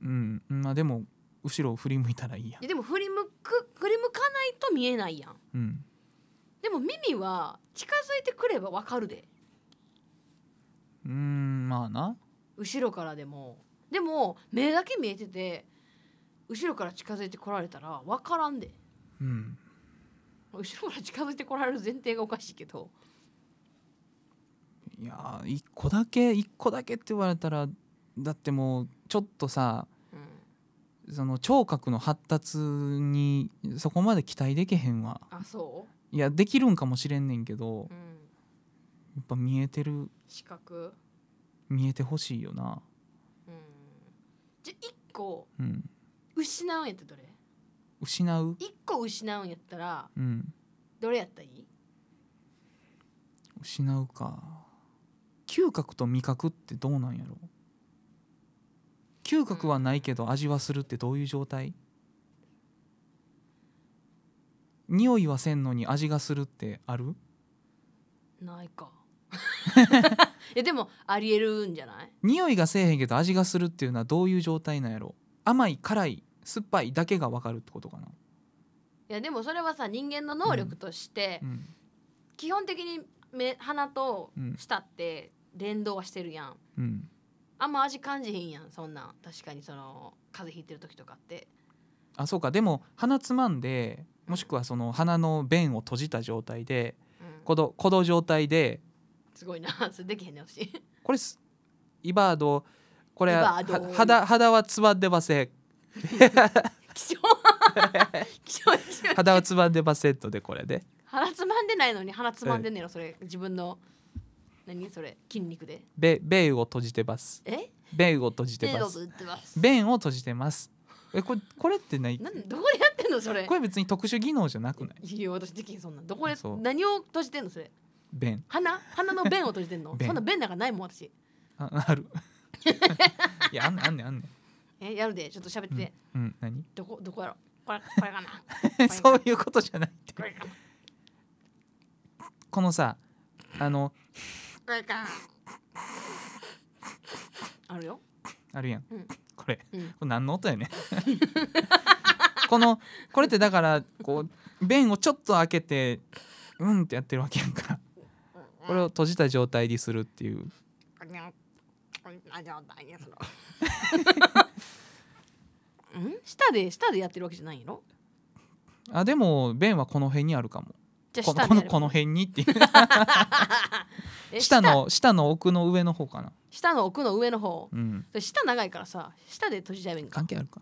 Speaker 1: うんまあでも後ろを振り向いたらいいや
Speaker 3: いやでも振り向く振り向かないと見えないやん。
Speaker 1: うん
Speaker 3: でも耳は近づいてくればわかるで。
Speaker 1: うーんまあな
Speaker 3: 後ろからでも。でも目だけ見えてて後ろから近づいてこられたらわからんで。
Speaker 1: うん
Speaker 3: 後ろから近づいてこられる前提がおかしいけど
Speaker 1: いやー一個だけ一個だけって言われたらだってもうちょっとさ
Speaker 3: うん
Speaker 1: その聴覚の発達にそこまで期待できへんわ
Speaker 3: あそ
Speaker 1: いやできるんかもしれんねんけど
Speaker 3: う、うん、
Speaker 1: やっぱ見えてる
Speaker 3: 視覚
Speaker 1: 見えてほしいよな
Speaker 3: うんじゃあ1個
Speaker 1: うん
Speaker 3: 失うんやったらどれ
Speaker 1: 失う
Speaker 3: 一個失うんやったら
Speaker 1: うん
Speaker 3: どれやったらいい
Speaker 1: 失うか嗅覚と味覚ってどうなんやろ嗅覚はないけど味はするってどういう状態匂いはせんのに味がするってある
Speaker 3: ない *laughs* かいやでもありえるんじゃない
Speaker 1: 匂いがせえへんけど味がするっていうのはどういう状態なんやろ甘い辛い酸っぱいだけが分かるってことかな、
Speaker 3: いやでもそれはさ人間の能力として、
Speaker 1: うん
Speaker 3: 基本的に目鼻と
Speaker 1: うん
Speaker 3: 舌って連動はしてるやん
Speaker 1: うん、
Speaker 3: あんま味感じへんやんそんなん確かにその風邪ひいてる時とかって
Speaker 1: あそうかでも鼻つまんでもしくはその鼻の弁を閉じた状態で
Speaker 3: うん
Speaker 1: 鼓動鼓動状態です
Speaker 3: ごいなそれできへんね私
Speaker 1: これすイバードこれ
Speaker 3: イ
Speaker 1: は
Speaker 3: バードー
Speaker 1: 肌肌はつばんでません
Speaker 3: 気象気象気象
Speaker 1: 肌はつばんでませんとでこれで
Speaker 3: 鼻つまんでないのに鼻つまんでんねんのそれ自分の何それ筋肉で
Speaker 1: べ弁を閉じてます
Speaker 3: え
Speaker 1: 弁を閉じて
Speaker 3: 手
Speaker 1: ま
Speaker 3: を
Speaker 1: す
Speaker 3: 打ってます
Speaker 1: 弁を閉じてますえこれこれってない
Speaker 3: なんどこでやってんのそれ
Speaker 1: これ別に特殊技能じゃなくない
Speaker 3: いや私できへんそんなんどこで
Speaker 1: そう
Speaker 3: 何を閉じてんのそれ
Speaker 1: 弁
Speaker 3: 鼻鼻の弁を閉じてんの
Speaker 1: 弁
Speaker 3: そんな弁なんかないもん私
Speaker 1: あ *laughs* あるいやあんねんあんねんあんねん
Speaker 3: えやるでちょっと喋ってて、
Speaker 1: うん、うん、何
Speaker 3: どこどこやろ
Speaker 2: *laughs* これこれかな
Speaker 1: *laughs* そういうことじゃないって
Speaker 2: これかな
Speaker 1: このさあの
Speaker 2: これかな
Speaker 3: あるよ
Speaker 1: あるやん、
Speaker 3: うん
Speaker 1: これ、
Speaker 3: うん
Speaker 1: これ何の音やねん *laughs* このこれってだからこう弁をちょっと開けてうんってやってるわけやんかこれを閉じた状態にするっていう
Speaker 2: これをこんな状態にする
Speaker 3: ん舌で舌でやってるわけじゃないんやろ
Speaker 1: あでも弁はこの辺にあるかも
Speaker 3: じゃあ
Speaker 1: この
Speaker 3: 舌
Speaker 1: こ
Speaker 3: で
Speaker 1: の
Speaker 3: やる
Speaker 1: この辺にっていう *laughs*
Speaker 3: え
Speaker 1: 下の下の奥の上の方かな
Speaker 3: 舌の奥の上の方
Speaker 1: うん
Speaker 3: で舌長いからさ舌で閉じちゃえばいいんか
Speaker 1: 関係あるか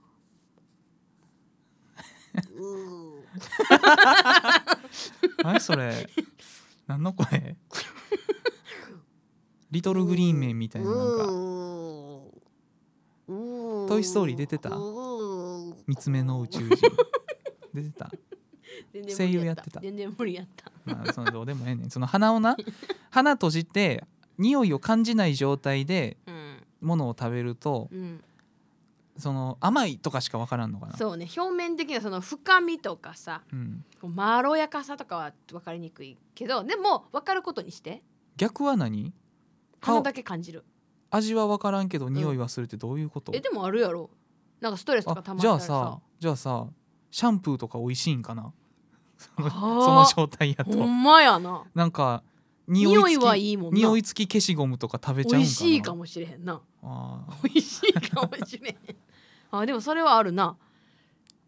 Speaker 2: うー
Speaker 1: 何それ何の声リトルグリーンメンみたいななんか
Speaker 2: う
Speaker 1: トイストーリー出てた
Speaker 2: うー
Speaker 1: 三つ目の宇宙人出てた
Speaker 3: 全然
Speaker 1: 声
Speaker 3: 無理
Speaker 1: 優や
Speaker 3: や
Speaker 1: っ
Speaker 3: って
Speaker 1: てた
Speaker 3: た全然無理やった
Speaker 1: まあそのどうでもええねんその鼻を
Speaker 3: *laughs*
Speaker 1: な鼻閉じて匂いを感じない状態で
Speaker 3: うん
Speaker 1: ものを食べると
Speaker 3: うん
Speaker 1: その甘いとかしかわからんのかな
Speaker 3: そうね表面的なその深みとかさ
Speaker 1: うん、
Speaker 3: こうまろやかさとかは分かりにくいけどでも分かることにして
Speaker 1: 逆は何
Speaker 3: 鼻
Speaker 1: 顔
Speaker 3: だけ感じる
Speaker 1: 味はわからんけど匂いはするってどういうこと、
Speaker 3: えでもあるやろなんかストレスとかた
Speaker 1: あ
Speaker 3: まっ
Speaker 1: じ
Speaker 3: た
Speaker 1: ゃ
Speaker 3: ら
Speaker 1: あ
Speaker 3: さ
Speaker 1: さじゃあさシャンプーとか美味しいんかなその
Speaker 3: あー
Speaker 1: その状態や
Speaker 3: ほ
Speaker 1: と
Speaker 3: んまやな
Speaker 1: なんか匂
Speaker 3: 匂
Speaker 1: い
Speaker 3: い
Speaker 1: つ
Speaker 3: は
Speaker 1: き
Speaker 3: いいもんな
Speaker 1: 匂いつき消しゴムとか食べちゃうんかな
Speaker 3: 美味しいかもしれへんな
Speaker 1: あー
Speaker 3: 美味しいかもしれんあでもそれはあるな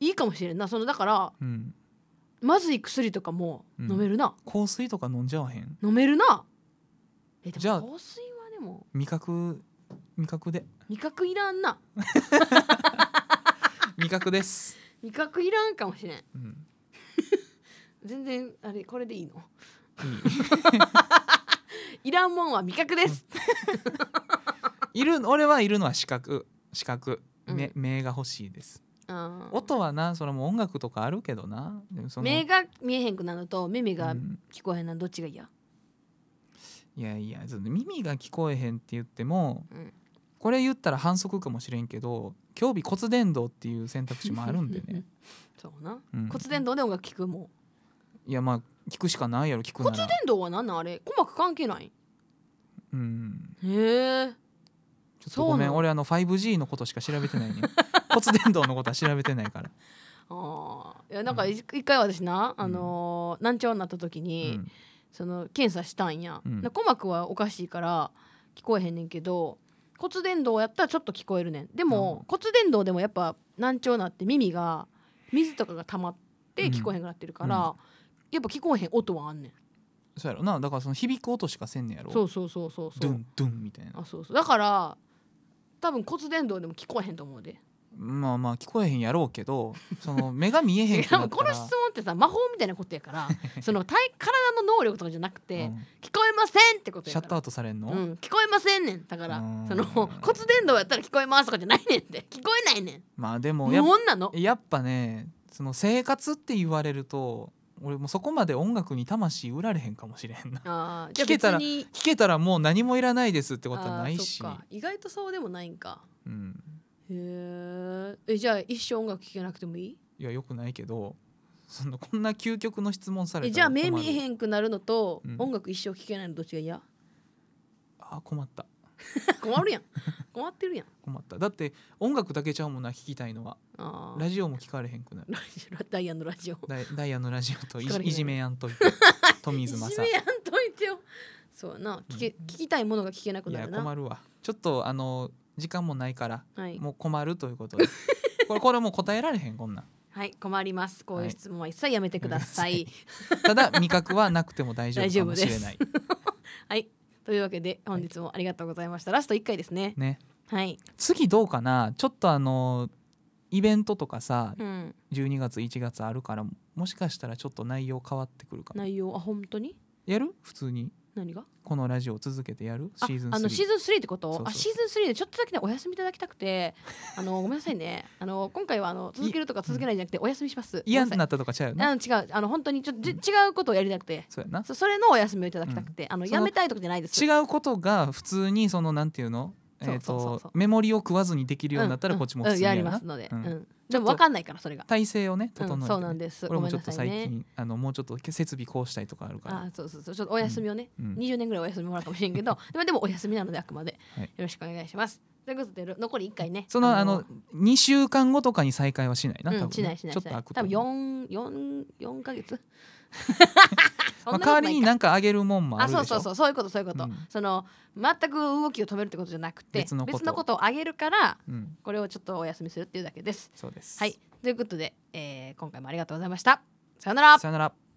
Speaker 3: いいかもしれんなそのだから
Speaker 1: うん
Speaker 3: まずい薬とかも
Speaker 1: うん
Speaker 3: 飲めるな、
Speaker 1: 香水とか飲んじゃわへん
Speaker 3: 飲めるなえで
Speaker 1: じゃあ
Speaker 3: も香水はでも
Speaker 1: 味覚味覚で
Speaker 3: 味覚いらんな
Speaker 1: 味覚です、
Speaker 3: 味覚いらんかもしれん
Speaker 1: うん、
Speaker 3: 全然あれこれでいいの
Speaker 1: い
Speaker 3: いらんもんは味覚です、
Speaker 1: いいる俺はいるのは視覚視覚目,、
Speaker 3: う
Speaker 1: 目が欲しいです
Speaker 3: あー
Speaker 1: 音はなそれも音楽とかあるけどなでもその
Speaker 3: 目が見えへんくなると耳
Speaker 1: う
Speaker 3: が
Speaker 1: ん
Speaker 3: 聞こえへんなどっちがいいや、
Speaker 1: いやいやその耳が聞こえへんって言っても
Speaker 3: うん
Speaker 1: これ言ったら反則かもしれんけど今日日骨伝導っていう選択肢もあるんで
Speaker 3: *laughs*
Speaker 1: ね、
Speaker 3: そうな、
Speaker 1: うん
Speaker 3: 骨伝導で音楽聞くもん
Speaker 1: いやまあ聞くしかないやろ聞くな
Speaker 3: 骨
Speaker 1: ら
Speaker 3: 伝導は何なんあれ鼓膜関係ない
Speaker 1: うん
Speaker 3: へえ
Speaker 1: ちょっとご
Speaker 3: そう
Speaker 1: め
Speaker 3: なんの
Speaker 1: 俺あの 5G のことしか調べて
Speaker 3: *laughs*
Speaker 1: ないね骨伝導のことは調べてないから、
Speaker 3: あーいやなんかい一回私な、あのー難聴になった時
Speaker 1: う
Speaker 3: に、
Speaker 1: ん
Speaker 3: その検査したんや、
Speaker 1: うん
Speaker 3: で鼓膜はおかしいから聞こえへんねんけど骨伝導やったらちょっと聞こえるねんでも、骨伝導でもやっぱ難聴になって耳が水とかが溜まって聞こえへんくなってるから、
Speaker 1: うんう
Speaker 3: やっぱ聞こえへん音はあんねん
Speaker 1: そうやろなだからその響く音しかせんねやろ
Speaker 3: そうそうそうそうそ
Speaker 1: ドゥ
Speaker 3: う
Speaker 1: ンドゥンみたいな
Speaker 3: あそうそうだから多分骨伝導でも聞こえへんと思うで
Speaker 1: まあまあ聞こえへんやろうけ
Speaker 3: *laughs*
Speaker 1: どその目が見えへん
Speaker 3: し
Speaker 1: くな
Speaker 3: か
Speaker 1: っ
Speaker 3: も
Speaker 1: た
Speaker 3: こ
Speaker 1: ら
Speaker 3: の質問ってさ魔法みたいなことやから
Speaker 1: *laughs*
Speaker 3: その体体の能力とかじゃなくて、
Speaker 1: うん
Speaker 3: 聞こえませんってこと
Speaker 1: シャ
Speaker 3: やか
Speaker 1: ッ
Speaker 3: ら
Speaker 1: トアウトされんの、
Speaker 3: うん、聞こえませんねんだから
Speaker 1: うん
Speaker 3: その *laughs* 骨伝導やったら聞こえますとかじゃないねんって聞こえないねん
Speaker 1: まあでも
Speaker 3: 無
Speaker 1: やっ
Speaker 3: 音なの
Speaker 1: やっぱねその生活って言われると俺もうそこまで音楽に魂売られへんかもしれへんな *laughs*
Speaker 3: あーじゃあ
Speaker 1: 聞けたら
Speaker 3: 別に
Speaker 1: 聞けたらもう何もいらないですってことはないし
Speaker 3: あーそっか意外とそうでもないんか
Speaker 1: うん、
Speaker 3: へーえじゃあ一生音楽聴けなくてもいい
Speaker 1: いやよくないけどそのこんな究極の質問された
Speaker 3: え
Speaker 1: ら
Speaker 3: じゃあ目
Speaker 1: 困
Speaker 3: 見
Speaker 1: る
Speaker 3: えへんくなるのと、
Speaker 1: うん
Speaker 3: 音楽一生聴けないのどっちが嫌 *laughs*
Speaker 1: あー困った *laughs*
Speaker 3: 困るやん困ってるやん
Speaker 1: 困っただって音楽だけちゃうもんな聞きたいのは
Speaker 3: あー
Speaker 1: ラジオも聞かれへんくなる
Speaker 3: ラジオダイヤのラジオ
Speaker 1: ダイダイヤのラジオとい
Speaker 3: 聞かれへん
Speaker 1: いじめやん
Speaker 3: *laughs*
Speaker 1: といて富水
Speaker 3: い
Speaker 1: 正
Speaker 3: じめやんといてよそうやな聞け、聞きたいものが聞けなく
Speaker 1: い
Speaker 3: な
Speaker 1: や
Speaker 3: るな
Speaker 1: 困るわちょっとあの時間もないから
Speaker 3: はい、
Speaker 1: もう困るという
Speaker 3: *laughs*
Speaker 1: ことでこれこれもう答えられへんこんなん
Speaker 3: はい、困りますこういう
Speaker 1: はい
Speaker 3: 質問は一切やめてください、
Speaker 1: ただ味覚はなくても大丈夫かもしれ
Speaker 3: 大丈
Speaker 1: な
Speaker 3: 夫
Speaker 1: い
Speaker 3: はい、というわけで本日もありがとうございました。ラスト1回ですね。
Speaker 1: ね
Speaker 3: はい。
Speaker 1: 次どうかなちょっとあのイベントとかさ
Speaker 3: うん。
Speaker 1: 12月1月あるからもしかしたらちょっと内容変わってくるかも
Speaker 3: 内容あ本当に
Speaker 1: やる普通に
Speaker 3: 何が？
Speaker 1: このラジオ続けてやるシ
Speaker 3: あ
Speaker 1: ーズン3
Speaker 3: あのシーズン3ってこと？
Speaker 1: そうそう
Speaker 3: あシーズン3でちょっとだけねお休みいただきた
Speaker 1: *laughs*
Speaker 3: くて、あのごめんなさいね。あの今回はあの続けるとか続けないじゃなくてお休みします。
Speaker 1: 嫌
Speaker 3: ご
Speaker 1: に
Speaker 3: めん
Speaker 1: な
Speaker 3: な
Speaker 1: ったとかちゃうよな
Speaker 3: さい。あの違うあの本当にちょっとじ違うことをやりたくて、
Speaker 1: そうやな
Speaker 3: そそれのお休みをいただきたくて、あの
Speaker 1: その
Speaker 3: やめたいとかじゃないです。
Speaker 1: 違うことが普通にそのなんていうの
Speaker 3: そう
Speaker 1: えっ
Speaker 3: そうそうそ
Speaker 1: と
Speaker 3: う
Speaker 1: メモリを食わずにできるようになったら
Speaker 3: ん
Speaker 1: こっちも
Speaker 3: うん
Speaker 1: 普通にや
Speaker 3: や
Speaker 1: る
Speaker 3: りま
Speaker 1: な
Speaker 3: すので、
Speaker 1: う
Speaker 3: うんん。でもわかんないからそれが。
Speaker 1: 体制をね整
Speaker 3: う
Speaker 1: え
Speaker 3: ん、
Speaker 1: て
Speaker 3: そうなんです。
Speaker 1: 俺
Speaker 3: ご
Speaker 1: も
Speaker 3: めん
Speaker 1: ちょ
Speaker 3: な
Speaker 1: っと
Speaker 3: さい
Speaker 1: 最
Speaker 3: ね。
Speaker 1: 近あのもうちょっと設備こうしたいとかあるから
Speaker 3: あそうそうそうちょっとお休みをね、
Speaker 1: うんうん
Speaker 3: 20年ぐらいお休みもらうかもしれ
Speaker 1: *laughs*
Speaker 3: んけどでもでもお休みなのであくまで、
Speaker 1: はい
Speaker 3: よろしくお願いしますということでろ残り1回ね
Speaker 1: そのあの2週間後とかに再開はしないな、
Speaker 3: うん
Speaker 1: 多分ね
Speaker 3: しないしない
Speaker 1: ちょっ
Speaker 3: し
Speaker 1: と
Speaker 3: な
Speaker 1: 開
Speaker 3: い
Speaker 1: くと
Speaker 3: 多分
Speaker 1: 思う
Speaker 3: 四四四
Speaker 1: *laughs*
Speaker 3: ヶ月そ
Speaker 1: まあ、
Speaker 3: んなことないか
Speaker 1: 代わりになんかあげるもんもあ
Speaker 3: あ
Speaker 1: るでしょ
Speaker 3: そうそうそうそういうことそういうこと、
Speaker 1: うん
Speaker 3: その全く動きを止めるってことじゃなくて
Speaker 1: 別のことを
Speaker 3: をあげるから
Speaker 1: うん、
Speaker 3: これをちょっとお休みするっていうだけです
Speaker 1: そうです
Speaker 3: はいということで、えー今回もありがとうございましたさよなら
Speaker 1: さよなら